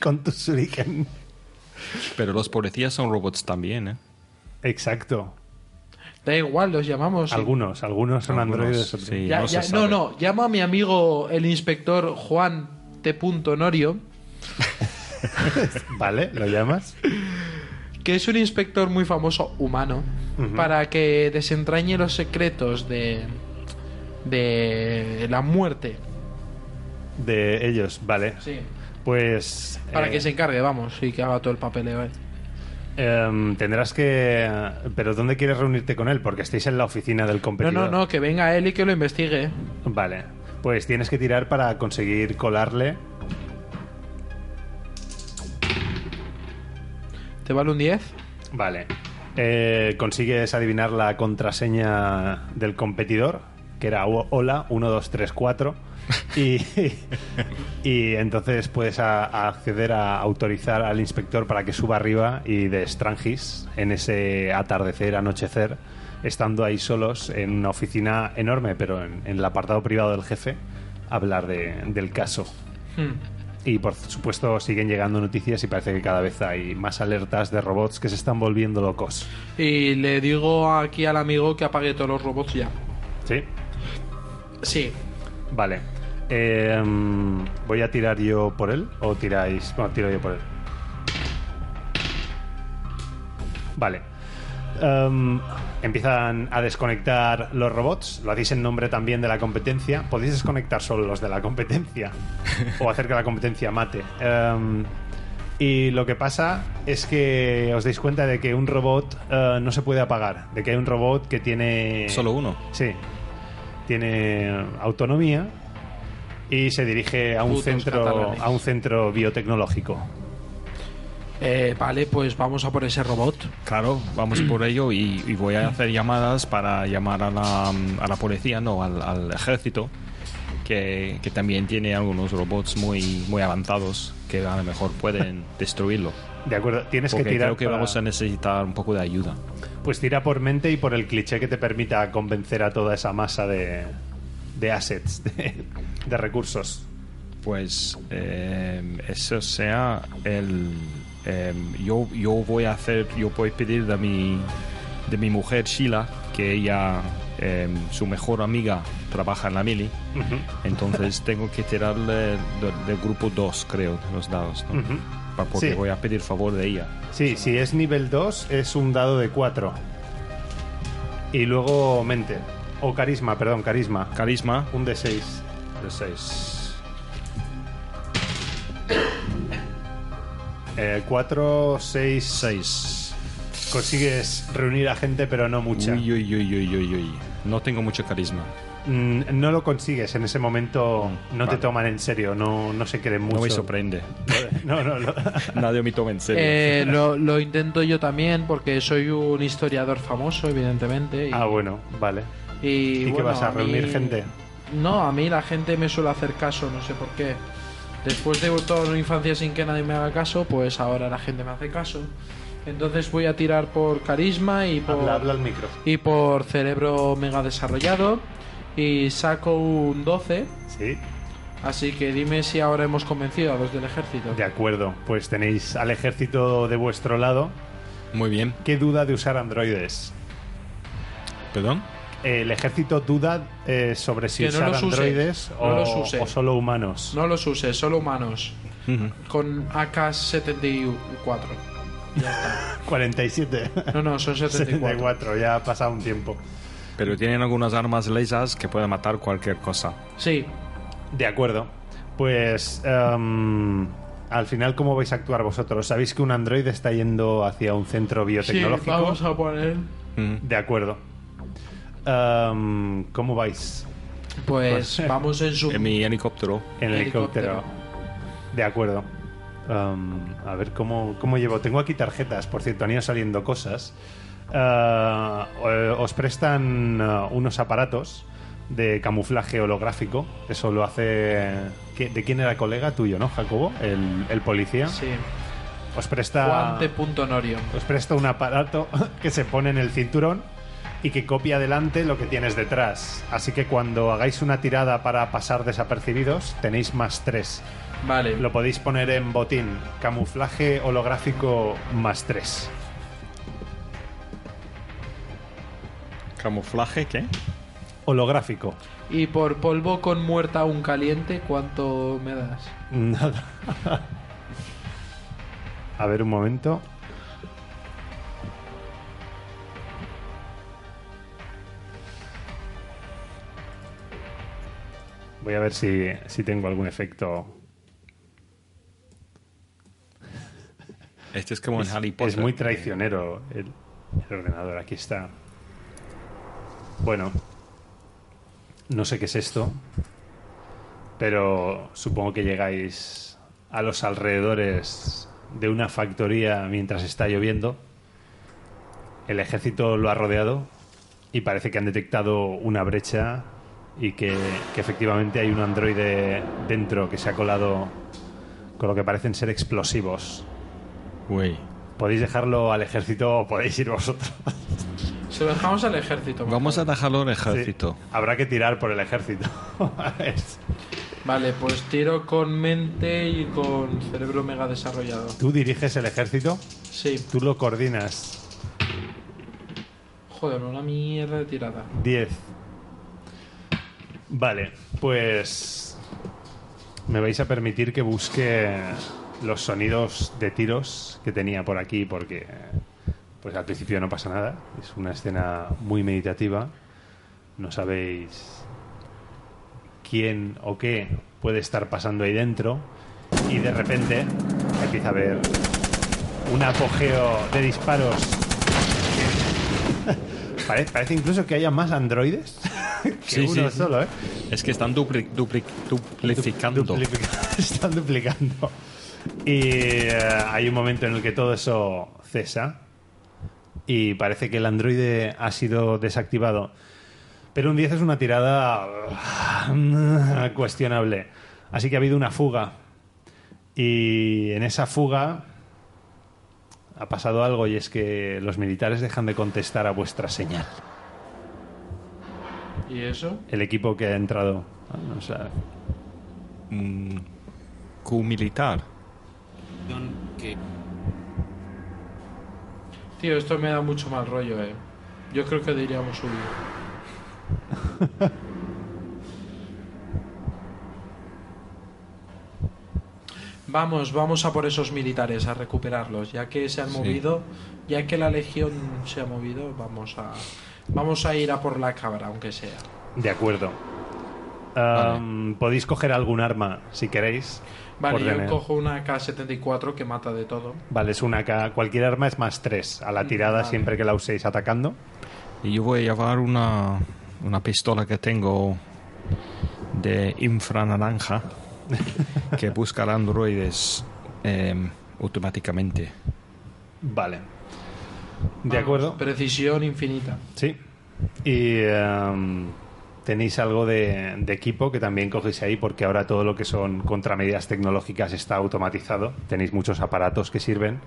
[SPEAKER 1] Con tu shuriken.
[SPEAKER 2] Pero los policías son robots también, ¿eh?
[SPEAKER 1] Exacto.
[SPEAKER 3] Da igual, los llamamos.
[SPEAKER 1] Algunos, algunos son
[SPEAKER 2] Algunos,
[SPEAKER 1] androides. otros-
[SPEAKER 2] sí,
[SPEAKER 3] Ya-
[SPEAKER 2] no se
[SPEAKER 3] ya-
[SPEAKER 2] sabe.
[SPEAKER 3] no, no, llamo a mi amigo el inspector Juan T. Norio,
[SPEAKER 1] Vale, ¿lo llamas?
[SPEAKER 3] que es un inspector muy famoso humano, para que desentrañe los secretos de, de la muerte.
[SPEAKER 1] De ellos, vale.
[SPEAKER 3] Sí.
[SPEAKER 1] Pues.
[SPEAKER 3] Para
[SPEAKER 1] eh,
[SPEAKER 3] que se encargue, vamos, y que haga todo el papeleo. eh. él.
[SPEAKER 1] em, tendrás que. Pero ¿dónde quieres reunirte con él? Porque estáis en la oficina del
[SPEAKER 3] No,
[SPEAKER 1] competidor.
[SPEAKER 3] no, no, que venga él y que lo investigue.
[SPEAKER 1] Vale. Pues tienes que tirar para conseguir colarle.
[SPEAKER 3] ¿Te vale un 10?
[SPEAKER 1] Vale. Eh, consigues adivinar la contraseña del competidor, que era o- hola 1234. Y, y entonces puedes a- a acceder a autorizar al inspector para que suba arriba y de Strangis en ese atardecer, anochecer, estando ahí solos en una oficina enorme, pero en, en el apartado privado del jefe, hablar de- del caso.
[SPEAKER 3] Hmm.
[SPEAKER 1] Y por supuesto siguen llegando noticias y parece que cada vez hay más alertas de robots que se están volviendo locos.
[SPEAKER 3] Y le digo aquí al amigo que apague todos los robots ya.
[SPEAKER 1] ¿Sí?
[SPEAKER 3] Sí.
[SPEAKER 1] Vale. Eh, mm, Voy a tirar yo por él o tiráis... Bueno, tiro yo por él. Vale. Em, empiezan a desconectar los robots. Lo hacéis en nombre también de la competencia. Podéis desconectar solo los de la competencia. o hacer que la competencia mate. Em, y lo que pasa es que os dais cuenta de que un robot eh, no se puede apagar. De que hay un robot que tiene...
[SPEAKER 2] Solo uno.
[SPEAKER 1] Sí. Tiene autonomía y se dirige a un,
[SPEAKER 3] Putos
[SPEAKER 1] centro,
[SPEAKER 3] catalanes.
[SPEAKER 1] a un centro biotecnológico.
[SPEAKER 3] Eh, vale, pues vamos a por ese robot.
[SPEAKER 2] Claro, vamos por ello y, y voy a hacer llamadas para llamar a la, a la policía, no, al, al ejército, que, que también tiene algunos robots muy, muy avanzados que a lo mejor pueden destruirlo.
[SPEAKER 1] De acuerdo, tienes
[SPEAKER 2] Porque
[SPEAKER 1] que tirar.
[SPEAKER 2] creo que
[SPEAKER 1] para-
[SPEAKER 2] vamos a necesitar un poco de ayuda.
[SPEAKER 1] Pues tira por mente y por el cliché que te permita convencer a toda esa masa de, de assets, de, de recursos.
[SPEAKER 2] Pues eh, eso sea el eh, yo, yo voy a hacer yo voy a pedir de mi de mi mujer Sheila que ella eh, su mejor amiga trabaja en la mili entonces tengo que tirarle de- del grupo 2 creo los dados ¿no?
[SPEAKER 1] Ujú.
[SPEAKER 2] Pa- porque
[SPEAKER 1] Sí.
[SPEAKER 2] voy a pedir favor de ella
[SPEAKER 1] Sí, si es nivel 2, es un dado de 4. Y luego mente. O carisma, perdón, carisma.
[SPEAKER 2] carisma
[SPEAKER 1] Un de 6.
[SPEAKER 2] de 6
[SPEAKER 1] Eh, 4, 6,
[SPEAKER 2] 6
[SPEAKER 1] Consigues reunir a gente, pero no mucha.
[SPEAKER 2] uy, uy, uy, uy, uy, uy. no tengo mucho carisma
[SPEAKER 1] Mm, No lo consigues, en ese momento no
[SPEAKER 2] Mm, Vale.
[SPEAKER 1] te toman en serio, no, no se creen mucho.
[SPEAKER 2] no me sorprende
[SPEAKER 1] No, no, no.
[SPEAKER 2] nadie me toma en serio
[SPEAKER 3] Eh, lo, lo intento yo también porque soy un historiador famoso, evidentemente. Y,
[SPEAKER 1] Ah, bueno, vale.
[SPEAKER 3] y,
[SPEAKER 1] ¿y qué
[SPEAKER 3] bueno,
[SPEAKER 1] vas a
[SPEAKER 3] mí-
[SPEAKER 1] reunir gente?
[SPEAKER 3] No, a mí la gente me suele hacer caso, no sé por qué. Después de toda mi infancia sin que nadie me haga caso, pues ahora la gente me hace caso. Entonces voy a tirar por carisma y por,
[SPEAKER 1] Habla, habla al micro.
[SPEAKER 3] y por cerebro mega desarrollado. Y saco un 12.
[SPEAKER 1] Sí,
[SPEAKER 3] Así que dime si ahora hemos convencido a los del ejército.
[SPEAKER 1] de acuerdo. Pues tenéis al ejército de vuestro lado.
[SPEAKER 2] muy bien
[SPEAKER 1] ¿Qué duda de usar androides?
[SPEAKER 2] perdón
[SPEAKER 1] El ejército duda eh, sobre si
[SPEAKER 3] Que no
[SPEAKER 1] usar
[SPEAKER 3] los use,
[SPEAKER 1] androides
[SPEAKER 3] no
[SPEAKER 1] o,
[SPEAKER 3] los use.
[SPEAKER 1] o solo humanos.
[SPEAKER 3] No los uses, solo humanos.
[SPEAKER 2] Ujú.
[SPEAKER 3] Con AK-74.
[SPEAKER 1] 47,
[SPEAKER 3] No, no, son 74.
[SPEAKER 1] 74, ya ha pasado un tiempo.
[SPEAKER 2] Pero tienen algunas armas lesas que pueden matar cualquier cosa.
[SPEAKER 3] Sí,
[SPEAKER 1] De acuerdo. Pues em, al final, ¿cómo vais a actuar vosotros? ¿Sabéis que un androide está yendo hacia un centro
[SPEAKER 3] sí,
[SPEAKER 1] biotecnológico?
[SPEAKER 3] vamos a poner.
[SPEAKER 2] Mm.
[SPEAKER 1] De acuerdo. Em, ¿Cómo vais?
[SPEAKER 3] Pues vamos en su.
[SPEAKER 2] En mi helicóptero.
[SPEAKER 1] En el helicóptero.
[SPEAKER 3] Helicóptero.
[SPEAKER 1] De acuerdo. Um, a ver cómo, cómo llevo. Tengo aquí tarjetas, por cierto, han ido saliendo cosas. Ah, eh, os prestan ah, unos aparatos de camuflaje holográfico. Eso lo hace. ¿qué- ¿De quién era colega tuyo, no, Jacobo? El, el policía.
[SPEAKER 3] Sí.
[SPEAKER 1] Os presta.
[SPEAKER 3] Juan de Punto Norio.
[SPEAKER 1] Os presto un aparato que se pone en el cinturón y que copia adelante lo que tienes detrás. Así que cuando hagáis una tirada para pasar desapercibidos, tenéis más 3.
[SPEAKER 3] Vale.
[SPEAKER 1] Lo podéis poner en botín. Camuflaje holográfico más 3.
[SPEAKER 2] ¿Camuflaje qué?
[SPEAKER 1] Holográfico.
[SPEAKER 3] Y por polvo con muerta un caliente, ¿cuánto me das?
[SPEAKER 1] Nada. A ver un momento. Voy a ver si, si tengo algún efecto.
[SPEAKER 2] Este es como en Harry Potter.
[SPEAKER 1] Pues Es muy traicionero el, el ordenador. Aquí está. Bueno. No sé qué es esto. Pero supongo que llegáis a los alrededores de una factoría mientras está lloviendo. El ejército lo ha rodeado y parece que han detectado una brecha y que, que efectivamente hay un androide dentro que se ha colado con lo que parecen ser explosivos.
[SPEAKER 2] Güey.
[SPEAKER 1] Podéis dejarlo al ejército o podéis ir vosotros.
[SPEAKER 3] Se lo dejamos al ejército. mejor.
[SPEAKER 2] Vamos a dejarlo al ejército.
[SPEAKER 1] Sí. Habrá que tirar por el ejército. Es-
[SPEAKER 3] Vale, pues tiro con mente y con cerebro mega desarrollado.
[SPEAKER 1] Tú diriges el ejército,
[SPEAKER 3] Sí.
[SPEAKER 1] tú lo coordinas.
[SPEAKER 3] Joder, una mierda de tirada.
[SPEAKER 1] 10. Vale, pues me vais a permitir que busque los sonidos de tiros que tenía por aquí porque pues al principio no pasa nada, es una escena muy meditativa. No sabéis quién o qué puede estar pasando ahí dentro y de repente empieza a haber un apogeo de disparos. Pare- parece incluso que haya más androides que
[SPEAKER 2] Sí, sí,
[SPEAKER 1] uno
[SPEAKER 2] sí.
[SPEAKER 1] solo, ¿eh?
[SPEAKER 2] Es que están dupli- dupli- duplificando.
[SPEAKER 1] Duplica- están duplicando. Y eh, hay un momento en el que todo eso cesa. Y parece que el androide ha sido desactivado. Pero un 10 es una tirada ah, cuestionable. Así que ha habido una fuga. Y en esa fuga ha pasado algo y es que los militares dejan de contestar a vuestra señal.
[SPEAKER 3] ¿Y eso?
[SPEAKER 1] El equipo que ha entrado. Ah, no sabe.
[SPEAKER 2] Mm, Q militar.
[SPEAKER 4] que
[SPEAKER 3] Tío, esto me da mucho mal rollo, eh. Yo creo que diríamos huir. Vamos, vamos a por esos militares, a recuperarlos. Ya que se han
[SPEAKER 2] Sí.
[SPEAKER 3] movido, ya que la legión se ha movido, vamos a, vamos a ir a por la cabra, aunque sea.
[SPEAKER 1] De acuerdo. Am, Podéis coger algún arma si queréis.
[SPEAKER 3] Vale,
[SPEAKER 1] Ordene.
[SPEAKER 3] yo cojo una K-74 que mata de todo.
[SPEAKER 1] Vale, es una K. Cualquier arma es más 3 a la tirada
[SPEAKER 3] Vale.
[SPEAKER 1] siempre que la uséis atacando.
[SPEAKER 2] Y yo voy a llevar una, una pistola que tengo de infranaranja que buscará androides em, automáticamente.
[SPEAKER 1] Vale. De
[SPEAKER 3] Vamos,
[SPEAKER 1] acuerdo.
[SPEAKER 3] Precisión infinita.
[SPEAKER 1] Sí. Y am, tenéis algo de, de equipo que también cogéis ahí porque ahora todo lo que son contramedidas tecnológicas está automatizado. Tenéis muchos aparatos que sirven.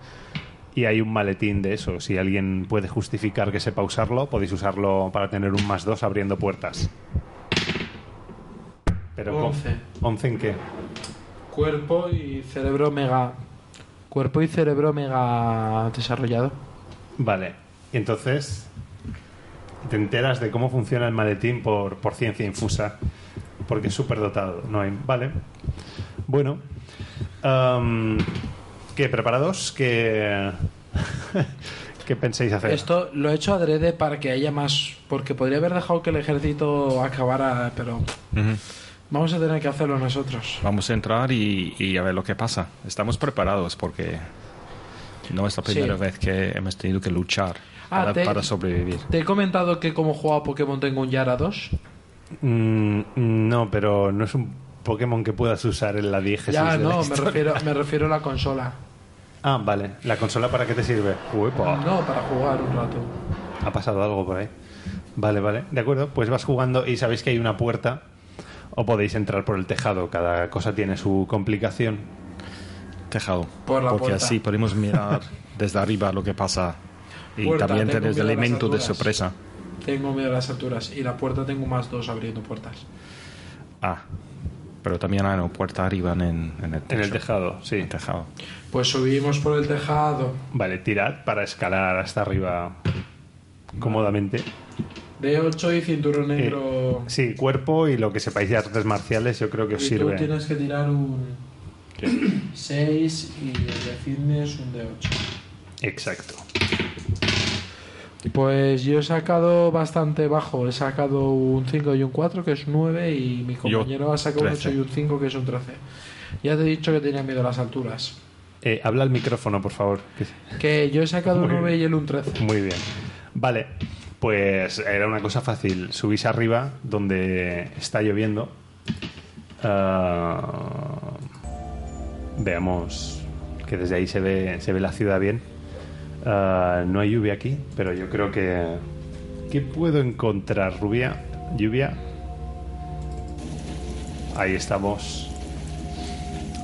[SPEAKER 1] Y hay un maletín de eso. Si alguien puede justificar que sepa usarlo, podéis usarlo para tener un más 2 abriendo puertas. Pero con-
[SPEAKER 3] Once.
[SPEAKER 1] ¿Once en qué?
[SPEAKER 3] Cuerpo y cerebro mega. Cuerpo y cerebro mega desarrollado.
[SPEAKER 1] Vale. Y entonces te enteras de cómo funciona el maletín por, por ciencia infusa. Porque es súper dotado. No hay... Vale. Bueno. Am, ¿Qué? ¿Preparados? ¿Qué, ¿Qué pensáis hacer?
[SPEAKER 3] Esto lo he hecho adrede para que haya más. Porque podría haber dejado que el ejército acabara, pero
[SPEAKER 2] Ujú.
[SPEAKER 3] vamos a tener que hacerlo nosotros.
[SPEAKER 2] Vamos a entrar y, y a ver lo que pasa. Estamos preparados porque no es la
[SPEAKER 3] Sí.
[SPEAKER 2] primera vez que hemos tenido que luchar
[SPEAKER 3] Ah,
[SPEAKER 2] para,
[SPEAKER 3] te-
[SPEAKER 2] para sobrevivir.
[SPEAKER 3] Te he comentado que como jugaba Pokémon tengo un Yara 2.
[SPEAKER 1] Mm, no, pero no es un Pokémon que puedas usar en la diégesis.
[SPEAKER 3] Ya,
[SPEAKER 1] de la
[SPEAKER 3] no, me
[SPEAKER 1] historia.
[SPEAKER 3] refiero, me refiero a la consola.
[SPEAKER 1] Ah, vale. ¿La consola para qué te sirve? Uepa.
[SPEAKER 3] No, para jugar un rato.
[SPEAKER 1] Ha pasado algo por ahí. Vale, vale. De acuerdo, pues vas jugando y sabéis que hay una puerta o podéis entrar por el tejado. Cada cosa tiene su complicación.
[SPEAKER 2] Tejado.
[SPEAKER 3] Por la
[SPEAKER 2] porque
[SPEAKER 3] puerta.
[SPEAKER 2] así podemos mirar desde arriba lo que pasa. Y
[SPEAKER 3] Puerta,
[SPEAKER 2] también
[SPEAKER 3] tengo
[SPEAKER 2] tenés
[SPEAKER 3] miedo a las
[SPEAKER 2] elemento de
[SPEAKER 3] alturas.
[SPEAKER 2] sorpresa.
[SPEAKER 3] Tengo miedo a las alturas. Y la puerta tengo más dos abriendo puertas.
[SPEAKER 2] Ah, pero también hay una puerta arriba en, en el techo.
[SPEAKER 1] En el tejado, sí.
[SPEAKER 2] En el tejado.
[SPEAKER 3] Pues subimos por el tejado.
[SPEAKER 1] Vale, tirad para escalar hasta arriba cómodamente.
[SPEAKER 3] De 8 y cinturón
[SPEAKER 1] Eh,
[SPEAKER 3] negro.
[SPEAKER 1] sí, cuerpo y lo que sepáis de artes marciales, yo creo que os
[SPEAKER 3] y tú
[SPEAKER 1] sirve.
[SPEAKER 3] tienes que tirar un 6 y el de fitness un de 8.
[SPEAKER 1] Exacto.
[SPEAKER 3] Pues yo he sacado bastante bajo. He sacado un 5 y un 4, que es 9, y mi compañero ha sacado un 8
[SPEAKER 2] 13.
[SPEAKER 3] y un 5, que es un 13. Ya te he dicho que tenía miedo a las alturas.
[SPEAKER 1] Eh, habla al micrófono, por favor. que-
[SPEAKER 3] Que yo he sacado un
[SPEAKER 1] Muy
[SPEAKER 3] 9 y él un 13.
[SPEAKER 1] Muy bien. Vale, pues era una cosa fácil. Subís arriba donde está lloviendo. Ah, veamos que desde ahí se ve, se ve la ciudad bien. Ah, no hay lluvia aquí, pero yo creo que... ¿Qué puedo encontrar? Rubia, lluvia. Ahí estamos.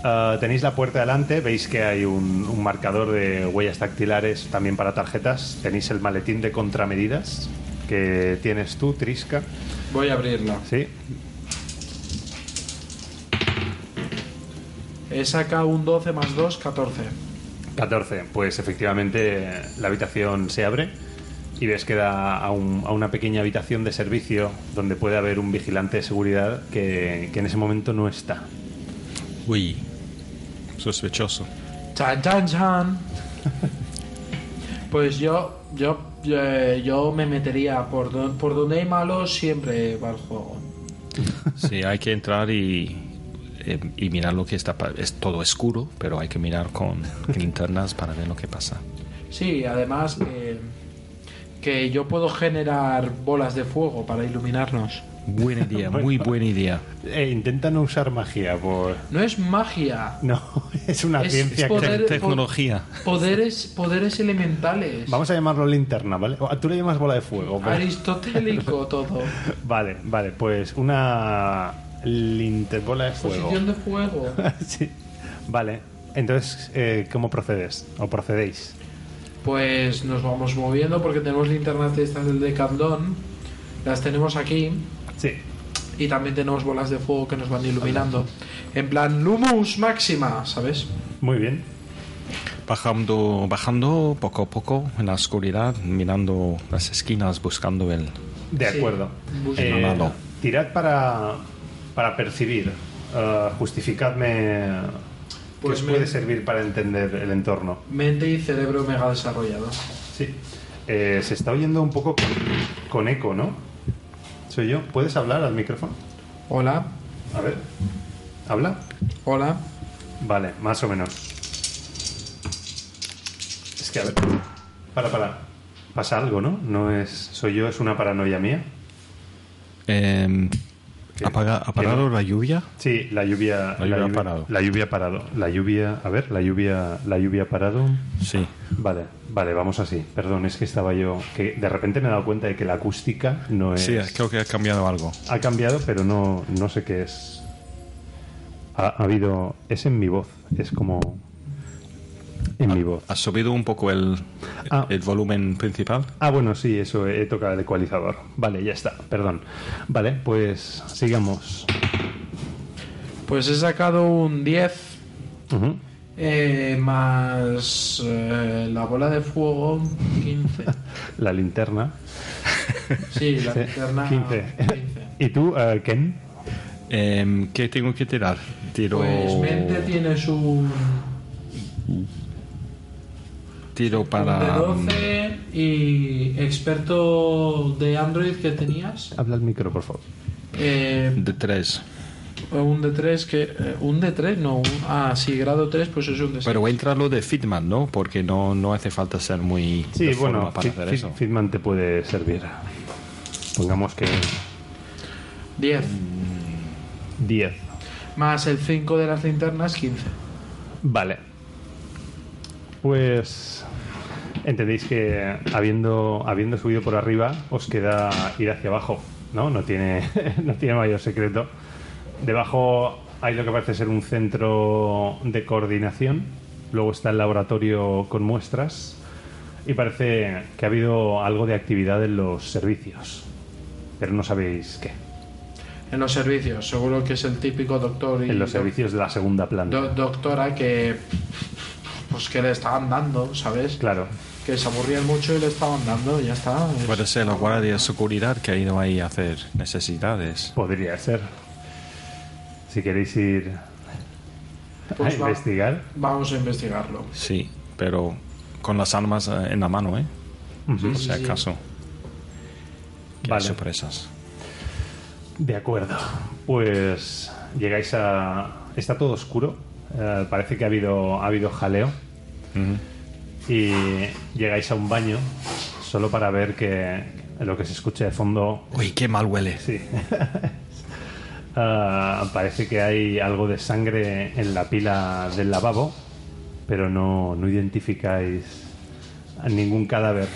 [SPEAKER 1] Ah, tenéis la puerta delante, veis que hay un, un marcador de huellas dactilares también para tarjetas. Tenéis el maletín de contramedidas que tienes tú, Trisca.
[SPEAKER 3] Voy a abrirla.
[SPEAKER 1] Sí,
[SPEAKER 3] He sacado un 12 más 2, 14.
[SPEAKER 1] 14. Pues efectivamente la habitación se abre y ves que da a, un- a una pequeña habitación de servicio donde puede haber un vigilante de seguridad que, que en ese momento no está.
[SPEAKER 2] Uy, sospechoso.
[SPEAKER 3] Chan, chan, chan. Pues yo, yo, eh, yo me metería por, don- por donde hay malos, siempre va el juego.
[SPEAKER 2] Sí, hay que entrar y, eh, y mirar lo que está. pa- Es todo oscuro, pero hay que mirar con linternas para ver lo que pasa.
[SPEAKER 3] Sí, además que, que yo puedo generar bolas de fuego para iluminarnos.
[SPEAKER 2] Buena idea, muy buena idea.
[SPEAKER 1] Eh, intenta no usar magia, por...
[SPEAKER 3] No es magia,
[SPEAKER 1] No, es una
[SPEAKER 3] Es-
[SPEAKER 1] ciencia
[SPEAKER 3] es poder-
[SPEAKER 1] que...
[SPEAKER 2] Tecnología.
[SPEAKER 3] poderes, poderes elementales.
[SPEAKER 1] Vamos a llamarlo linterna, ¿vale? O- Tú le llamas bola de fuego. pero-
[SPEAKER 3] Aristotélico todo.
[SPEAKER 1] Vale, vale, pues una linterbola de fuego.
[SPEAKER 3] Posición de fuego.
[SPEAKER 1] Sí. Vale, entonces, eh, ¿cómo procedes? ¿O procedéis?
[SPEAKER 3] Pues nos vamos moviendo porque tenemos linternas de estas del Decathlon. Las tenemos aquí
[SPEAKER 1] Sí.
[SPEAKER 3] y también tenemos bolas de fuego que nos van iluminando. En plan, Lumus máxima, ¿sabes?
[SPEAKER 1] Muy bien.
[SPEAKER 2] Bajando, bajando poco a poco en la oscuridad, mirando las esquinas, buscando el.
[SPEAKER 1] De
[SPEAKER 3] Sí.
[SPEAKER 1] acuerdo.
[SPEAKER 3] Busca
[SPEAKER 1] Eh,
[SPEAKER 2] malo.
[SPEAKER 1] tirad para, para percibir. Eh, justificadme que
[SPEAKER 3] Pues
[SPEAKER 1] os
[SPEAKER 3] me-
[SPEAKER 1] puede servir para entender el entorno.
[SPEAKER 3] Mente y cerebro mega desarrollado.
[SPEAKER 1] Sí. Eh, se está oyendo un poco con, con eco, ¿no? Soy yo. ¿Puedes hablar al micrófono?
[SPEAKER 3] Hola,
[SPEAKER 1] A ver. Habla.
[SPEAKER 3] hola.
[SPEAKER 1] Vale, más o menos. Es que a ver. Para, para. Pasa algo, ¿no? No es. Soy yo, es una paranoia mía.
[SPEAKER 2] Eh,
[SPEAKER 1] ¿Qué?
[SPEAKER 2] apaga, ¿Ha parado la lluvia?
[SPEAKER 1] Sí, la lluvia.
[SPEAKER 2] La lluvia ha parado.
[SPEAKER 1] La lluvia ha parado. La lluvia. A ver, la lluvia. La lluvia ha parado.
[SPEAKER 2] Sí.
[SPEAKER 1] Vale, vale, vamos así. Perdón, es que estaba yo. que de repente me he dado cuenta de que la acústica no es.
[SPEAKER 2] Sí, creo que ha cambiado algo.
[SPEAKER 1] Ha cambiado, pero no, no sé qué es. Ha, ha habido. Es en mi voz. Es como. En mi voz.
[SPEAKER 2] ¿Has subido un poco el,
[SPEAKER 1] Ah.
[SPEAKER 2] el volumen principal?
[SPEAKER 1] Ah, bueno, sí, eso, he tocado el ecualizador. Vale, ya está, perdón. Vale, pues sigamos.
[SPEAKER 3] Pues he sacado un 10
[SPEAKER 1] Ujú.
[SPEAKER 3] eh, más eh, la bola de fuego, 15.
[SPEAKER 1] La linterna.
[SPEAKER 3] Sí, la
[SPEAKER 1] Sí,
[SPEAKER 3] linterna,
[SPEAKER 1] 15.
[SPEAKER 3] 15.
[SPEAKER 1] ¿Y tú, eh, Ken?
[SPEAKER 2] Eh, ¿Qué tengo que tirar? Tiro.
[SPEAKER 3] Pues mente tienes un,
[SPEAKER 2] Tiro
[SPEAKER 3] un de
[SPEAKER 2] para. um,
[SPEAKER 3] 12 y experto de Android que tenías.
[SPEAKER 1] Habla al micro, por favor.
[SPEAKER 3] eh,
[SPEAKER 2] em, De 3.
[SPEAKER 3] un de 3 que... eh, un de 3, no. un- ah, sí, grado 3, pues es un de 6.
[SPEAKER 2] Pero entra lo de Fitman, ¿no? Porque no, no hace falta ser muy.
[SPEAKER 1] Sí,
[SPEAKER 2] de
[SPEAKER 1] bueno,
[SPEAKER 2] forma para
[SPEAKER 1] Fit-
[SPEAKER 2] hacer
[SPEAKER 1] Fit-
[SPEAKER 2] eso.
[SPEAKER 1] Fitman te puede servir. Pongamos que
[SPEAKER 3] 10.
[SPEAKER 1] 10.
[SPEAKER 3] Más el 5 de las linternas, 15.
[SPEAKER 1] Vale. Pues entendéis que habiendo, habiendo subido por arriba, os queda ir hacia abajo, ¿no? No tiene, no tiene mayor secreto. Debajo hay lo que parece ser un centro de coordinación. Luego está el laboratorio con muestras. Y parece que ha habido algo de actividad en los servicios. Pero no sabéis qué.
[SPEAKER 3] En los servicios, seguro que es el típico doctor y
[SPEAKER 1] En los servicios de la segunda planta.
[SPEAKER 3] do- doctora que. Pues que le estaban dando, ¿sabes?
[SPEAKER 1] Claro.
[SPEAKER 3] Que se aburrían mucho y le estaban dando, ya está. es-
[SPEAKER 2] Puede ser la guardia de seguridad que ha ido ahí a hacer necesidades.
[SPEAKER 1] Podría ser. Si queréis ir a
[SPEAKER 3] Pues va.
[SPEAKER 1] investigar.
[SPEAKER 3] Vamos a investigarlo.
[SPEAKER 2] Sí, pero con las armas eh, en la mano, ¿eh?
[SPEAKER 1] Ujú.
[SPEAKER 2] Por si acaso. Que hay
[SPEAKER 1] Vale.
[SPEAKER 2] sorpresas.
[SPEAKER 1] De acuerdo. Pues llegáis a. Está todo oscuro. Eh, parece que ha habido, ha habido jaleo. Y llegáis a un baño solo para ver que lo que se escucha de fondo.
[SPEAKER 2] Uy, qué mal huele.
[SPEAKER 1] Sí. Ah, parece que hay algo de sangre en la pila del lavabo, pero no, no identificáis a ningún cadáver.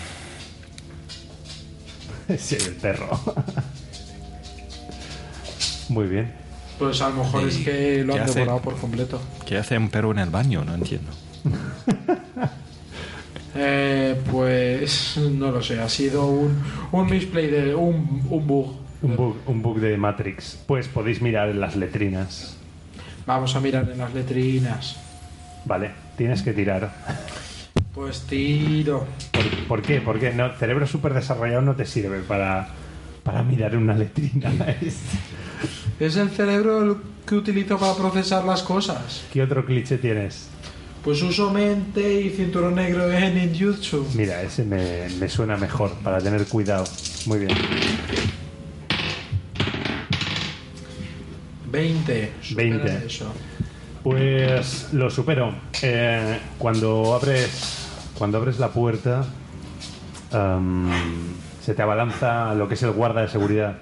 [SPEAKER 1] Sí, el perro. Muy bien.
[SPEAKER 3] Pues a lo mejor
[SPEAKER 2] ¿Y
[SPEAKER 3] es que lo
[SPEAKER 2] qué
[SPEAKER 3] han
[SPEAKER 2] hace?
[SPEAKER 3] devorado por completo.
[SPEAKER 2] ¿Qué hace un perro en el baño? No entiendo.
[SPEAKER 3] Eh, pues no lo sé, ha sido un, un misplay de un, un bug.
[SPEAKER 1] Un bug, un bug de Matrix. Pues podéis mirar en las letrinas.
[SPEAKER 3] Vamos a mirar en las letrinas.
[SPEAKER 1] Vale, tienes que tirar.
[SPEAKER 3] Pues tiro.
[SPEAKER 1] ¿Por, por qué? Porque no, cerebro súper desarrollado no te sirve para, para mirar una letrina.
[SPEAKER 3] Es el cerebro el que utilizo para procesar las cosas.
[SPEAKER 1] ¿Qué otro cliché tienes?
[SPEAKER 3] Pues uso mente y cinturón negro en ninjutsu.
[SPEAKER 1] Mira, ese me, me suena mejor para tener cuidado. Muy bien.
[SPEAKER 3] 20. supera
[SPEAKER 1] 20.
[SPEAKER 3] Eso.
[SPEAKER 1] Pues lo supero. Eh, cuando abres cuando abres la puerta am, se te abalanza lo que es el guarda de seguridad.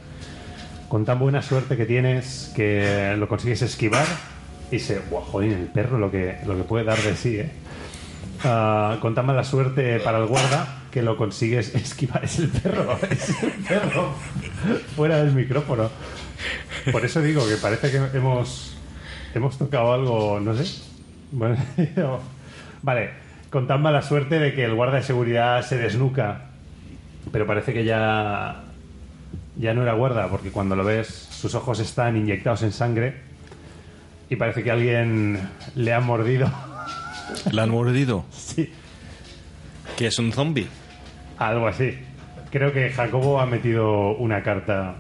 [SPEAKER 1] Con tan buena suerte que tienes que lo consigues esquivar y se, "Buah, jolín, el perro lo que lo que puede dar de sí, eh. Ah, con tan mala suerte para el guarda que lo consigues esquivar es el perro, es el perro fuera del micrófono. Por eso digo que parece que hemos hemos tocado algo, no sé. Bueno, vale, con tan mala suerte de que el guarda de seguridad se desnuca, pero parece que ya ya no era guarda porque cuando lo ves sus ojos están inyectados en sangre y parece que alguien le ha mordido.
[SPEAKER 2] ¿La han mordido?
[SPEAKER 1] Sí.
[SPEAKER 2] Que es un zombie.
[SPEAKER 1] Algo así. Creo que Jacobo ha metido una carta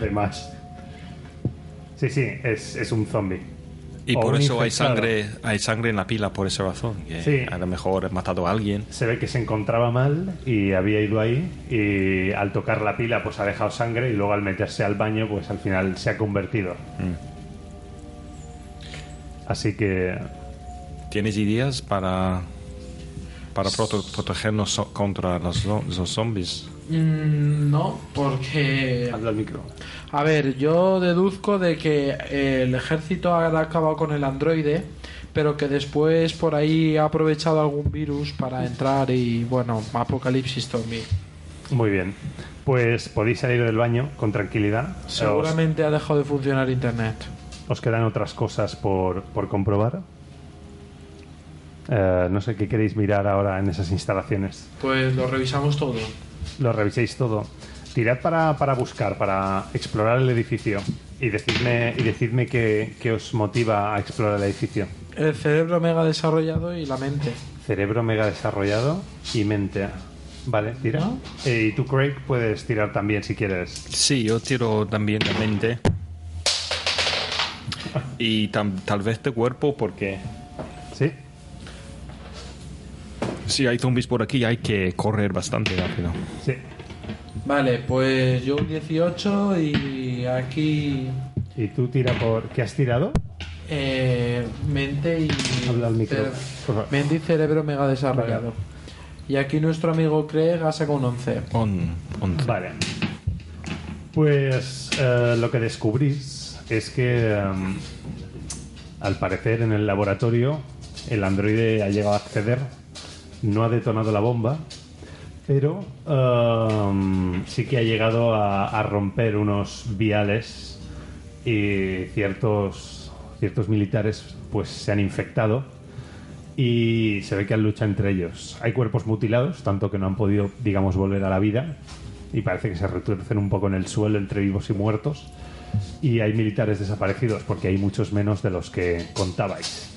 [SPEAKER 1] de más. Sí, sí, es, es un zombie.
[SPEAKER 2] Y
[SPEAKER 1] O
[SPEAKER 2] por
[SPEAKER 1] un
[SPEAKER 2] eso hay
[SPEAKER 1] infectado.
[SPEAKER 2] sangre, hay sangre en la pila, por esa razón. que
[SPEAKER 1] Sí.
[SPEAKER 2] A lo mejor he matado a alguien.
[SPEAKER 1] Se ve que se encontraba mal y había ido ahí y al tocar la pila pues ha dejado sangre y luego al meterse al baño pues al final se ha convertido. Así que
[SPEAKER 2] ¿Tienes ideas para, para prote- protegernos so- contra los, zo- los zombies?
[SPEAKER 3] Mm, no, porque.
[SPEAKER 1] habla al micro.
[SPEAKER 3] A ver, yo deduzco de que eh, el ejército ha acabado con el androide, pero que después por ahí ha aprovechado algún virus para entrar y, bueno, apocalipsis zombie.
[SPEAKER 1] Muy bien. Pues podéis salir del baño con tranquilidad. Os-
[SPEAKER 3] Seguramente ha dejado de funcionar internet.
[SPEAKER 1] Os quedan otras cosas por, por comprobar. Eh, no sé qué queréis mirar ahora en esas instalaciones.
[SPEAKER 3] Pues lo revisamos todo.
[SPEAKER 1] Lo reviséis todo. Tirad para, para buscar, para explorar el edificio. Y decidme, y decidme qué, qué os motiva a explorar el edificio.
[SPEAKER 3] El cerebro mega desarrollado y la mente.
[SPEAKER 1] Cerebro mega desarrollado y mente. Vale, tira. Eh, y tú, Craig, puedes tirar también si quieres.
[SPEAKER 2] Sí, yo tiro también la mente. Y tam- tal vez de cuerpo, porque
[SPEAKER 1] ¿Sí?
[SPEAKER 2] si hay zombies por aquí hay que correr bastante rápido.
[SPEAKER 1] Sí.
[SPEAKER 3] Vale, pues yo un 18 y aquí
[SPEAKER 1] Y tú tira por... ¿Qué has tirado?
[SPEAKER 3] eh, mente y...
[SPEAKER 1] Habla al micro,
[SPEAKER 3] cere-
[SPEAKER 1] por favor.
[SPEAKER 3] Mente y cerebro mega desarrollado. Y aquí nuestro amigo Craig ha sacado un 11.
[SPEAKER 2] On, on-
[SPEAKER 1] Vale. Pues eh, lo que descubrís es que em, al parecer en el laboratorio el androide ha llegado a acceder, no ha detonado la bomba, pero em, sí que ha llegado a, a romper unos viales y ciertos, ciertos militares pues se han infectado y se ve que han lucha entre ellos. Hay cuerpos mutilados, tanto que no han podido, digamos, volver a la vida y parece que se retuercen un poco en el suelo entre vivos y muertos. Y hay militares desaparecidos porque hay muchos menos de los que contabais.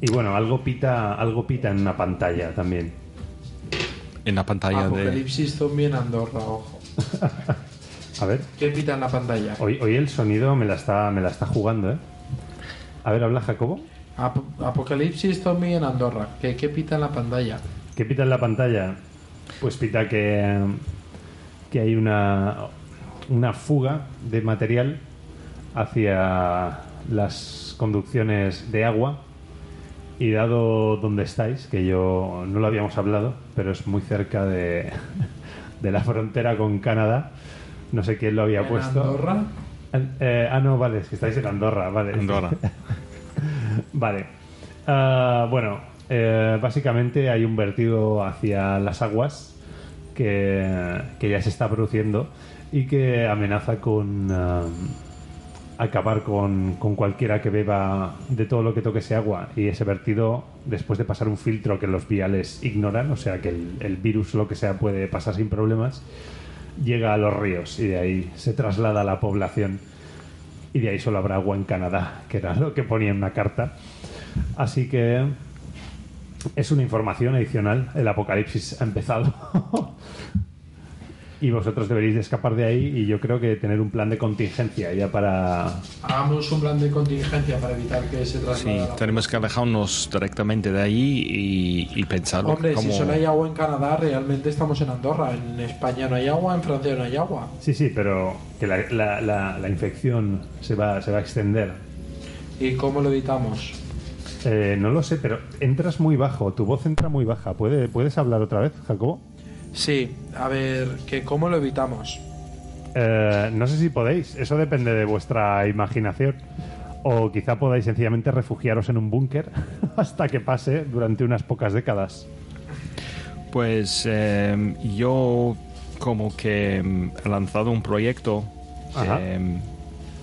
[SPEAKER 1] Y bueno, algo pita, algo pita en una pantalla también.
[SPEAKER 2] En la pantalla de...
[SPEAKER 3] Apocalipsis zombie en Andorra, ojo.
[SPEAKER 1] A ver,
[SPEAKER 3] ¿Qué pita en la pantalla?
[SPEAKER 1] hoy, hoy el sonido me la está, me la está jugando, ¿eh? A ver, habla Jacobo.
[SPEAKER 3] Ap- Apocalipsis zombie en Andorra. ¿Qué, qué pita en la pantalla?
[SPEAKER 1] ¿Qué pita en la pantalla? Pues pita que, que hay una, una fuga de material hacia las conducciones de agua y dado donde estáis, que yo no lo habíamos hablado, pero es muy cerca de, de la frontera con Canadá, no sé quién lo había
[SPEAKER 3] ¿En
[SPEAKER 1] puesto.
[SPEAKER 3] Andorra?
[SPEAKER 1] An- eh, ah, no, vale, es que estáis en Andorra, vale.
[SPEAKER 2] Andorra.
[SPEAKER 1] Vale. Ah, bueno, eh, básicamente hay un vertido hacia las aguas que, que ya se está produciendo y que amenaza con ah, acabar con, con cualquiera que beba de todo lo que toque ese agua. Y ese vertido, después de pasar un filtro que los viales ignoran, o sea que el, el virus, lo que sea, puede pasar sin problemas, llega a los ríos y de ahí se traslada a la población y de ahí solo habrá agua en Canadá, que era lo que ponía en una carta. Así que es una información adicional. El apocalipsis ha empezado. y vosotros deberéis de escapar de ahí y yo creo que tener un plan de contingencia ya para...
[SPEAKER 3] Hagamos un plan de contingencia para evitar que se traslade.
[SPEAKER 2] Sí,
[SPEAKER 3] a la-
[SPEAKER 2] tenemos que alejarnos directamente de ahí y, y pensar
[SPEAKER 3] Hombre,
[SPEAKER 2] cómo-
[SPEAKER 3] si solo hay agua en Canadá, realmente estamos en Andorra. En España no hay agua, en Francia no hay agua.
[SPEAKER 1] Sí, sí, pero que la, la- la- la infección se va, se va a extender.
[SPEAKER 3] ¿Y cómo lo evitamos?
[SPEAKER 1] Eh, no lo sé, pero entras muy bajo, tu voz entra muy baja. ¿Puede- ¿Puedes hablar otra vez, Jacobo?
[SPEAKER 3] Sí, a ver, que ¿cómo lo evitamos?
[SPEAKER 1] Eh, no sé si podéis, eso depende de vuestra imaginación. O quizá podáis sencillamente refugiaros en un búnker hasta que pase durante unas pocas décadas.
[SPEAKER 2] Pues eh, yo como que mm, he lanzado un proyecto,
[SPEAKER 1] Ajá.
[SPEAKER 2] eh,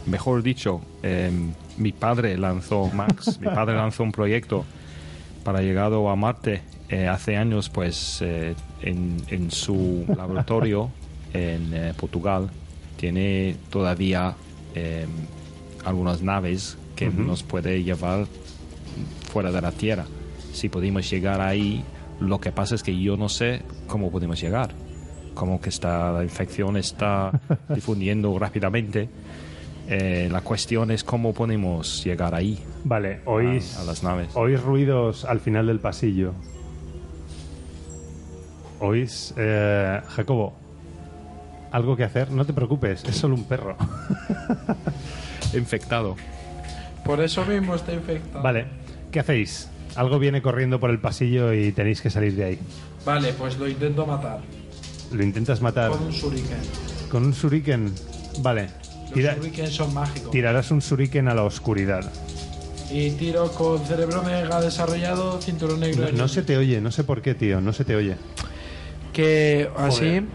[SPEAKER 2] mejor dicho, eh, mi padre lanzó, Max, mi padre lanzó un proyecto para llegado a Marte eh, hace años, pues eh, en, en su laboratorio en eh, Portugal tiene todavía eh, algunas naves que nos puede llevar fuera de la Tierra. Si podemos llegar ahí, lo que pasa es que yo no sé cómo podemos llegar. Como que está, la infección está difundiendo rápidamente. Eh, la cuestión es cómo podemos llegar ahí.
[SPEAKER 1] Vale, oís,
[SPEAKER 2] A- a las naves.
[SPEAKER 1] oís ruidos al final del pasillo. Oís, eh, Jacobo, algo que hacer. No te preocupes, es solo un perro.
[SPEAKER 2] Infectado.
[SPEAKER 3] Por eso mismo está infectado.
[SPEAKER 1] Vale, ¿qué hacéis? Algo viene corriendo por el pasillo y tenéis que salir de ahí.
[SPEAKER 3] Vale, pues lo intento matar.
[SPEAKER 1] Lo intentas matar
[SPEAKER 3] Con un shuriken.
[SPEAKER 1] con un shuriken. Vale,
[SPEAKER 3] Los
[SPEAKER 1] tira,
[SPEAKER 3] shuriken son mágicos.
[SPEAKER 1] Tirarás un shuriken a la oscuridad.
[SPEAKER 3] Y tiro con cerebro mega desarrollado, cinturón negro.
[SPEAKER 1] No, no se te oye, no sé por qué, tío, no se te oye.
[SPEAKER 3] Que
[SPEAKER 1] Joder.
[SPEAKER 3] así.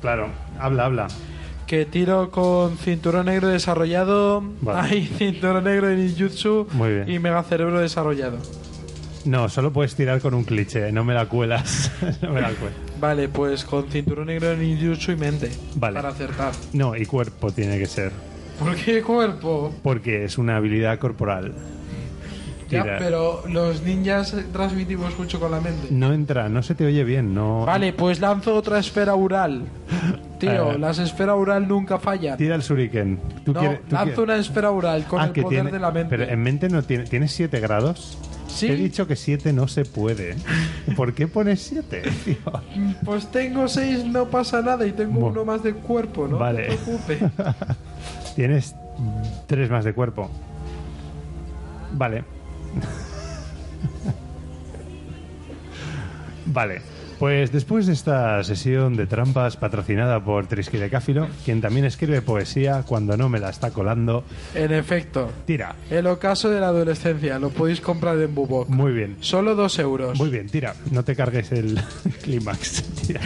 [SPEAKER 1] Claro, habla, habla.
[SPEAKER 3] Que tiro con cinturón negro desarrollado.
[SPEAKER 1] Vale.
[SPEAKER 3] Hay cinturón negro en ninjutsu.
[SPEAKER 1] Muy bien.
[SPEAKER 3] Y mega cerebro desarrollado.
[SPEAKER 1] No, solo puedes tirar con un cliché, no me la cuelas. no me la cuelas.
[SPEAKER 3] Vale, pues con cinturón negro en ninjutsu y mente.
[SPEAKER 1] Vale.
[SPEAKER 3] Para acertar.
[SPEAKER 1] No, y cuerpo tiene que ser,
[SPEAKER 3] ¿Por qué cuerpo?
[SPEAKER 1] porque es una habilidad corporal.
[SPEAKER 3] Ya,
[SPEAKER 1] Tira.
[SPEAKER 3] pero los ninjas transmitimos mucho con la mente.
[SPEAKER 1] No entra, no se te oye bien, no.
[SPEAKER 3] Vale, pues lanzo otra esfera ural. Tío,
[SPEAKER 1] Eh.
[SPEAKER 3] las esferas ural nunca fallan.
[SPEAKER 1] Tira el shuriken. ¿Tú
[SPEAKER 3] no,
[SPEAKER 1] quieres- tú quieres-
[SPEAKER 3] lanzo una esfera ural con
[SPEAKER 1] Ah,
[SPEAKER 3] el
[SPEAKER 1] que
[SPEAKER 3] poder
[SPEAKER 1] tiene-
[SPEAKER 3] de la mente.
[SPEAKER 1] Pero en mente no tiene, tienes 7 grados.
[SPEAKER 3] Sí.
[SPEAKER 1] Te he dicho que 7 no se puede. ¿Por qué pones 7, tío?
[SPEAKER 3] Pues tengo seis, no pasa nada y tengo
[SPEAKER 1] Bu-
[SPEAKER 3] uno más de cuerpo, ¿no?
[SPEAKER 1] Vale.
[SPEAKER 3] te preocupes.
[SPEAKER 1] Tienes tres más de cuerpo. Vale. vale. Pues después de esta sesión de trampas patrocinada por Trisquidecáfilo, quien también escribe poesía cuando no me la está colando,
[SPEAKER 3] En efecto,
[SPEAKER 1] tira.
[SPEAKER 3] el ocaso de la adolescencia lo podéis comprar en Bubok.
[SPEAKER 1] Muy bien.
[SPEAKER 3] Solo dos euros.
[SPEAKER 1] Muy bien, tira. No te cargues el clímax. Tira.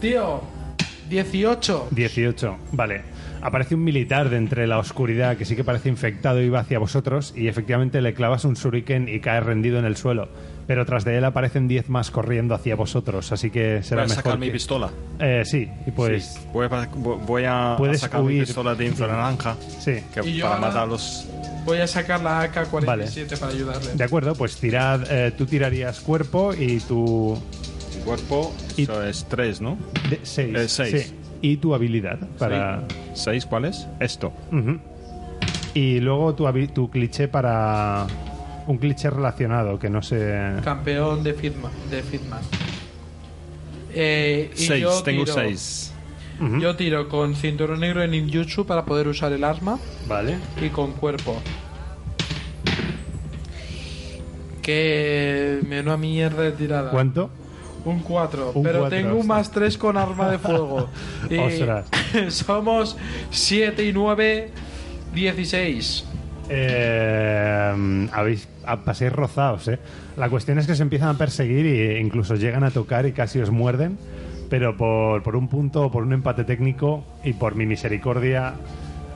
[SPEAKER 3] Tío, 18.
[SPEAKER 1] 18. Vale. Aparece un militar de entre la oscuridad que sí que parece infectado y va hacia vosotros y efectivamente le clavas un shuriken y cae rendido en el suelo. Pero tras de él aparecen 10 más corriendo hacia vosotros, así que será
[SPEAKER 2] Voy a
[SPEAKER 1] mejor.
[SPEAKER 2] sacar mi
[SPEAKER 1] que-
[SPEAKER 2] pistola.
[SPEAKER 1] Eh, sí, y pues
[SPEAKER 2] Sí. Voy a, voy a- a
[SPEAKER 1] Puedes
[SPEAKER 2] sacar
[SPEAKER 1] huir.
[SPEAKER 2] mi pistola de infraranja
[SPEAKER 1] Sí.
[SPEAKER 2] que
[SPEAKER 3] Y yo
[SPEAKER 2] para
[SPEAKER 3] ahora-
[SPEAKER 2] matarlos.
[SPEAKER 3] Voy a sacar la AK-47
[SPEAKER 1] Vale.
[SPEAKER 3] para ayudarle.
[SPEAKER 1] De acuerdo, pues tirad, eh, tú tirarías cuerpo y tu
[SPEAKER 2] Mi cuerpo,
[SPEAKER 1] Y-
[SPEAKER 2] eso es 3, ¿no?
[SPEAKER 1] de- seis,
[SPEAKER 2] Eh, seis.
[SPEAKER 1] sí, y tu habilidad para
[SPEAKER 2] ¿6 cuál es? Esto.
[SPEAKER 1] Ujú. y luego tu habi- tu cliché para un cliché relacionado que no sé
[SPEAKER 3] Campeón de Fitman. De Fitman. Eh, y
[SPEAKER 2] 6,
[SPEAKER 3] yo
[SPEAKER 2] tengo
[SPEAKER 3] tiro-
[SPEAKER 2] 6.
[SPEAKER 1] Ujú.
[SPEAKER 3] Yo tiro con cinturón negro en ninjutsu para poder usar el arma
[SPEAKER 1] Vale.
[SPEAKER 3] y con cuerpo. Que menuda mierda de tirada.
[SPEAKER 1] ¿Cuánto?
[SPEAKER 3] Un 4.
[SPEAKER 1] Un
[SPEAKER 3] pero
[SPEAKER 1] cuatro,
[SPEAKER 3] tengo un
[SPEAKER 1] ostras.
[SPEAKER 3] más 3 con arma de fuego. y
[SPEAKER 1] Ostras.
[SPEAKER 3] somos 7 y 9, 16.
[SPEAKER 1] Eh, habéis a- paséis rozados, ¿eh? La cuestión es que se empiezan a perseguir e incluso llegan a tocar y casi os muerden, pero por, por un punto, por un empate técnico y por mi misericordia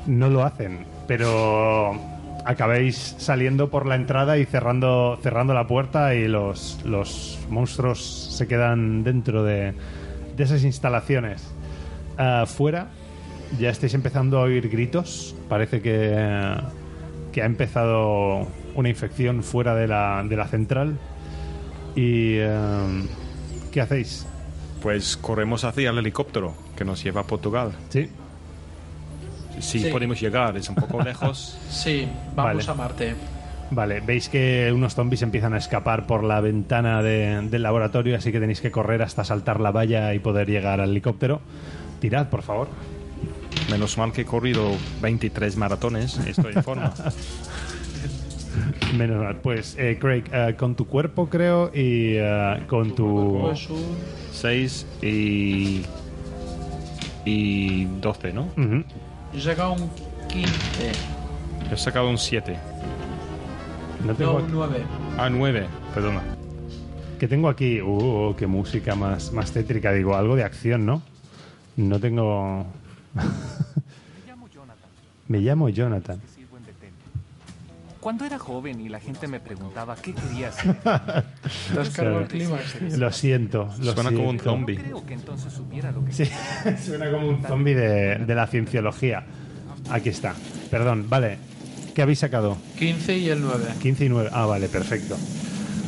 [SPEAKER 1] no lo hacen. Pero acabéis saliendo por la entrada y cerrando, cerrando la puerta y los, los monstruos se quedan dentro de, de esas instalaciones. Ah, fuera ya estáis empezando a oír gritos. Parece que, que ha empezado una infección fuera de la, de la central. ¿Y eh, qué hacéis?
[SPEAKER 2] Pues corremos hacia el helicóptero que nos lleva a Portugal.
[SPEAKER 1] Sí.
[SPEAKER 2] Si
[SPEAKER 3] Sí.
[SPEAKER 2] podemos llegar, es un poco lejos.
[SPEAKER 3] Sí, vamos
[SPEAKER 1] Vale.
[SPEAKER 3] a Marte.
[SPEAKER 1] Vale, veis que unos zombies empiezan a escapar por la ventana de- del laboratorio, así que tenéis que correr hasta saltar la valla y poder llegar al helicóptero. Tirad, por favor.
[SPEAKER 2] Menos mal que he corrido 23 maratones, estoy en forma.
[SPEAKER 1] Menos mal. Pues, eh, Craig, eh, con tu cuerpo, creo, y eh, con tu.
[SPEAKER 3] Pues un
[SPEAKER 2] 6 y. y 12, ¿no?
[SPEAKER 1] Ujú.
[SPEAKER 3] Yo he sacado un 15.
[SPEAKER 2] He sacado un 7.
[SPEAKER 1] No
[SPEAKER 3] No,
[SPEAKER 1] tengo
[SPEAKER 3] un 9.
[SPEAKER 2] Ah, 9, perdona.
[SPEAKER 1] Que tengo aquí. Uh, qué música más, más tétrica, digo, algo de acción, ¿no? No tengo. Me llamo Jonathan.
[SPEAKER 5] Cuando era joven y la gente me preguntaba qué quería hacer,
[SPEAKER 3] Te has cargado
[SPEAKER 1] Claro.
[SPEAKER 3] el clímax, tío.
[SPEAKER 1] Lo siento. Lo
[SPEAKER 2] Suena como un
[SPEAKER 1] siento.
[SPEAKER 2] zombie.
[SPEAKER 5] creo que entonces supiera lo que
[SPEAKER 1] Sí, suena como un zombie de, de la cienciología. Aquí está. Perdón, vale. ¿Qué habéis sacado?
[SPEAKER 3] 15 y el 9.
[SPEAKER 1] 15 y 9. Ah, vale, perfecto.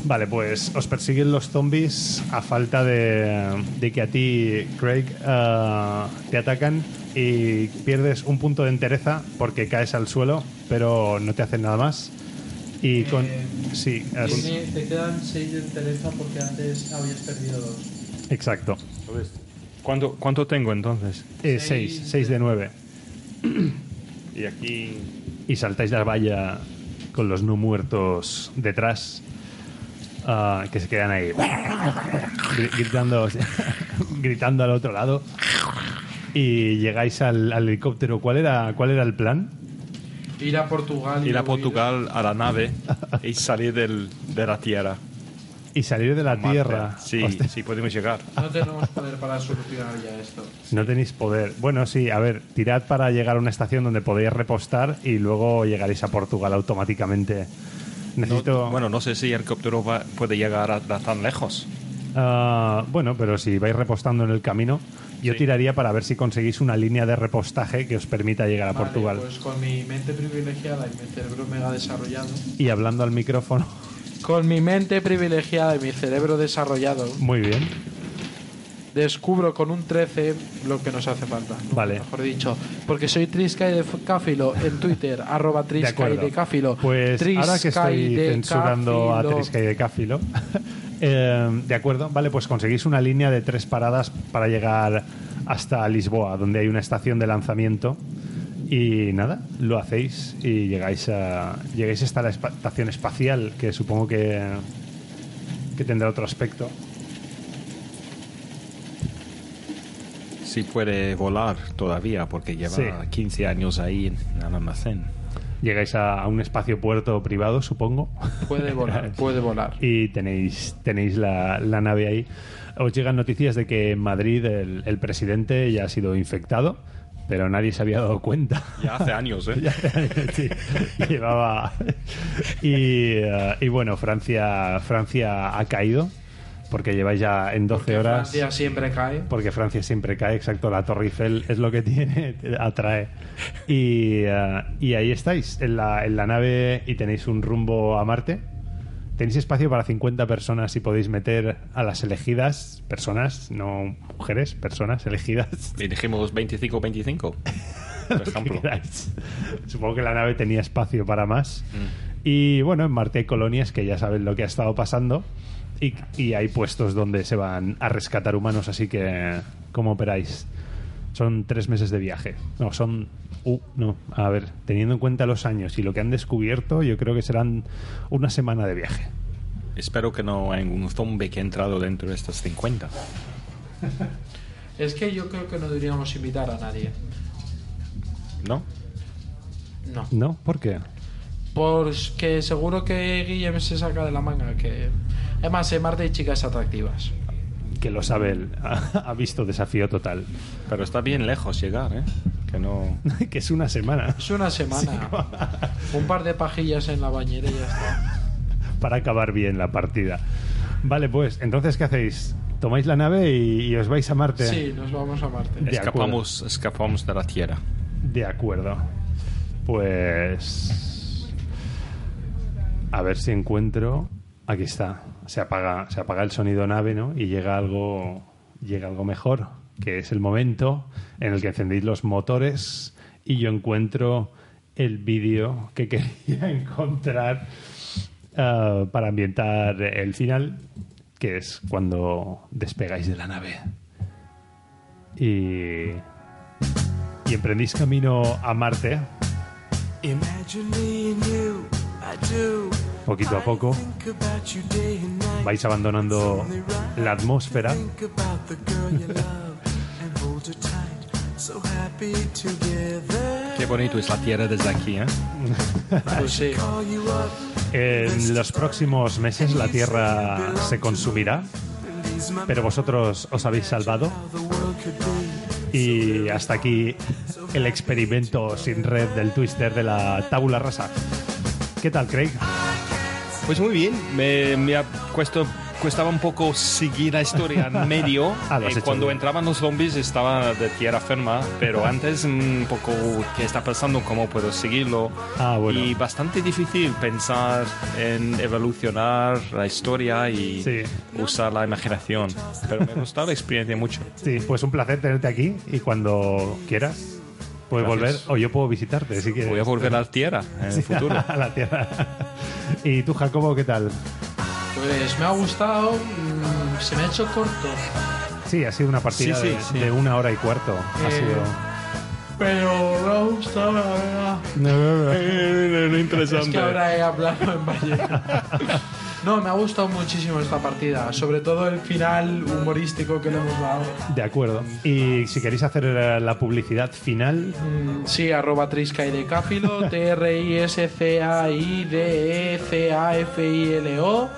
[SPEAKER 1] Vale, pues os persiguen los zombies a falta de, de que a ti, Craig, eh, te atacan y pierdes un punto de entereza porque caes al suelo, pero no te hacen nada más. Y con...
[SPEAKER 3] Eh,
[SPEAKER 1] sí, eh,
[SPEAKER 3] te quedan 6 de entereza porque antes habías perdido 2.
[SPEAKER 1] exacto.
[SPEAKER 2] ¿Cuánto, ¿Cuánto tengo entonces?
[SPEAKER 1] 6, 6 Eh, de 9.
[SPEAKER 2] Y aquí.
[SPEAKER 1] y saltáis la valla con los no muertos detrás ah, que se quedan ahí gri- gritando gritando al otro lado y llegáis al, al helicóptero ¿cuál era cuál era el plan?
[SPEAKER 3] Ir a Portugal. y
[SPEAKER 2] Ir a
[SPEAKER 3] huir.
[SPEAKER 2] Portugal a la nave y salir del, de la tierra.
[SPEAKER 1] y salir de la
[SPEAKER 2] Marte.
[SPEAKER 1] tierra
[SPEAKER 2] Sí,
[SPEAKER 1] Hostia,
[SPEAKER 2] sí, podemos llegar.
[SPEAKER 3] No tenemos poder para solucionar ya esto.
[SPEAKER 1] no tenéis poder bueno sí a ver tirad para llegar a una estación donde podéis repostar y luego llegaréis a Portugal automáticamente necesito
[SPEAKER 2] No- bueno, no sé si el helicóptero va- puede llegar a- a tan lejos.
[SPEAKER 1] Ah, bueno, pero si vais repostando en el camino, yo
[SPEAKER 2] Sí.
[SPEAKER 1] tiraría para ver si conseguís una línea de repostaje que os permita llegar a
[SPEAKER 3] Vale,
[SPEAKER 1] Portugal.
[SPEAKER 3] Pues con mi mente privilegiada y mi cerebro mega desarrollado.
[SPEAKER 1] Y hablando al micrófono,
[SPEAKER 3] Con mi mente privilegiada y mi cerebro desarrollado,
[SPEAKER 1] muy bien.
[SPEAKER 3] descubro con un 13 lo que nos hace falta. ¿no?
[SPEAKER 1] Vale.
[SPEAKER 3] Mejor dicho, porque soy Trisca y de Cáfilo en Twitter, arroba Trisca y
[SPEAKER 1] acuerdo.
[SPEAKER 3] de Cáfilo.
[SPEAKER 1] Pues ahora que estoy
[SPEAKER 3] Triscaidecáfilo.
[SPEAKER 1] censurando a Trisca y de Cáfilo, eh, de acuerdo, vale, pues conseguís una línea de tres paradas para llegar hasta Lisboa, donde hay una estación de lanzamiento. Y nada, lo hacéis y llegáis a llegáis hasta la espa- estación espacial, que supongo que, que tendrá otro aspecto.
[SPEAKER 2] si puede volar todavía, porque lleva
[SPEAKER 1] Sí.
[SPEAKER 2] 15 años ahí en el almacén.
[SPEAKER 1] Llegáis a, a un espacio puerto privado, supongo,
[SPEAKER 3] Puede volar, puede volar.
[SPEAKER 1] y tenéis, tenéis la, la nave ahí. Os llegan noticias de que en Madrid el, el presidente ya ha sido infectado, pero nadie se había dado cuenta.
[SPEAKER 2] Ya hace años, ¿eh?
[SPEAKER 1] Sí, llevaba. Y, eh, y bueno, Francia, Francia ha caído, porque lleváis ya en 12 horas.
[SPEAKER 3] Francia siempre cae.
[SPEAKER 1] Porque Francia siempre cae, exacto, la Torre Eiffel es lo que tiene, te atrae. Y, eh, y ahí estáis, en la, en la nave y tenéis un rumbo a Marte. Tenéis espacio para 50 personas si podéis meter a las elegidas, personas, no mujeres, personas elegidas.
[SPEAKER 2] Y dijimos 25-25, por ejemplo.
[SPEAKER 1] queráis. Supongo que la nave tenía espacio para más.
[SPEAKER 2] Mm.
[SPEAKER 1] Y bueno, en Marte hay colonias que ya saben lo que ha estado pasando. Y, y hay puestos donde se van a rescatar humanos, así que, ¿cómo operáis? Son tres meses de viaje. No, son. Uh, no, a ver, teniendo en cuenta los años y lo que han descubierto, yo creo que serán una semana de viaje.
[SPEAKER 2] Espero que no haya ningún zombie que ha entrado dentro de estas 50.
[SPEAKER 3] Es que yo creo que no deberíamos invitar a nadie.
[SPEAKER 2] ¿No?
[SPEAKER 3] No.
[SPEAKER 1] ¿No? ¿Por qué?
[SPEAKER 3] Porque seguro que Guillem se saca de la manga que... Además, en Marte hay chicas atractivas.
[SPEAKER 1] Que lo sabe él. Ha visto desafío total.
[SPEAKER 2] Pero está bien lejos llegar, ¿eh? Que no...
[SPEAKER 1] que es una semana.
[SPEAKER 3] Es una semana. Un par de pajillas en la bañera y ya está.
[SPEAKER 1] para acabar bien la partida. Vale, pues, entonces, ¿qué hacéis? ¿Tomáis la nave y, y os vais a Marte?
[SPEAKER 3] Sí, nos vamos a Marte.
[SPEAKER 1] De
[SPEAKER 2] escapamos, escapamos de la Tierra.
[SPEAKER 1] De acuerdo. Pues... A ver si encuentro... Aquí está. Se apaga, se apaga el sonido nave, ¿no? Y llega algo, llega algo mejor, que es el momento en el que encendéis los motores y yo encuentro el vídeo que quería encontrar ah, para ambientar el final, que es cuando despegáis de la nave. Y y emprendís camino a Marte
[SPEAKER 6] Poquito a poco vais
[SPEAKER 1] vais abandonando la atmósfera
[SPEAKER 2] Qué bonito es la Tierra desde aquí, ¿eh?
[SPEAKER 3] Pues sí.
[SPEAKER 1] en los próximos meses la Tierra se consumirá pero vosotros os habéis salvado y hasta aquí el experimento sin red del twister de la tabula rasa ¿qué tal Craig?
[SPEAKER 2] Pues muy bien, me, me ha cuesto- cuestaba un poco seguir la historia en medio.
[SPEAKER 1] Ah, lo has
[SPEAKER 2] Eh,
[SPEAKER 1] hecho
[SPEAKER 2] cuando
[SPEAKER 1] bien.
[SPEAKER 2] entraban los zombies estaba de tierra firma, pero antes un poco qué está pasando, cómo puedo seguirlo.
[SPEAKER 1] Ah, bueno.
[SPEAKER 2] Y bastante difícil pensar en evolucionar la historia y
[SPEAKER 1] Sí.
[SPEAKER 2] usar la imaginación. Pero me ha gustado la experiencia mucho.
[SPEAKER 1] sí, pues un placer tenerte aquí y cuando quieras puedes volver
[SPEAKER 2] Gracias.
[SPEAKER 1] o yo puedo visitarte si quieres
[SPEAKER 2] Voy a volver a la tierra en el futuro.
[SPEAKER 1] a la Tierra. ¿Y tú, Jacobo, qué tal?
[SPEAKER 3] Pues me ha gustado. mm, se me ha hecho corto.
[SPEAKER 1] Sí, ha sido una partida
[SPEAKER 2] Sí, sí,
[SPEAKER 1] de,
[SPEAKER 2] sí.
[SPEAKER 1] de una hora y cuarto. Ha
[SPEAKER 3] Eh,
[SPEAKER 1] sido...
[SPEAKER 3] Pero me ha gustado, la verdad.
[SPEAKER 2] eh.
[SPEAKER 3] Es que ahora he hablado en ballena. No, me ha gustado muchísimo esta partida. Sobre todo el final humorístico que le hemos dado.
[SPEAKER 1] De acuerdo. Y si queréis hacer eh, la publicidad final,
[SPEAKER 3] Mm, Sí, arroba trisca y de cáfilo, E T-R-I-S-C-A-I-D-E-C-A-F-I-L-O.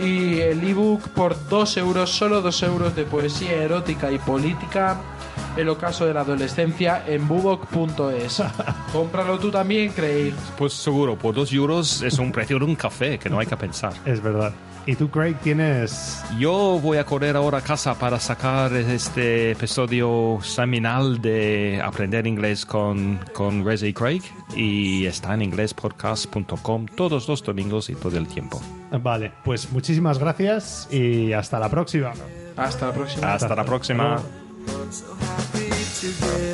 [SPEAKER 3] Y el ebook por 2 euros, solo 2 euros de poesía erótica y política. El ocaso de la adolescencia en bubok.es. Cómpralo tú también, Craig.
[SPEAKER 2] Pues seguro, por dos euros es un precio de un café que no hay que pensar.
[SPEAKER 1] es verdad. ¿Y tú, Craig, tienes...?
[SPEAKER 2] Yo voy a correr ahora a casa para sacar este episodio seminal de Aprender Inglés con, con Reza y Craig y está en inglespodcast.com todos los domingos y todo el tiempo.
[SPEAKER 1] Vale, pues muchísimas gracias y hasta la próxima.
[SPEAKER 3] Hasta la próxima.
[SPEAKER 2] Hasta la próxima.
[SPEAKER 1] luego.
[SPEAKER 6] So happy together.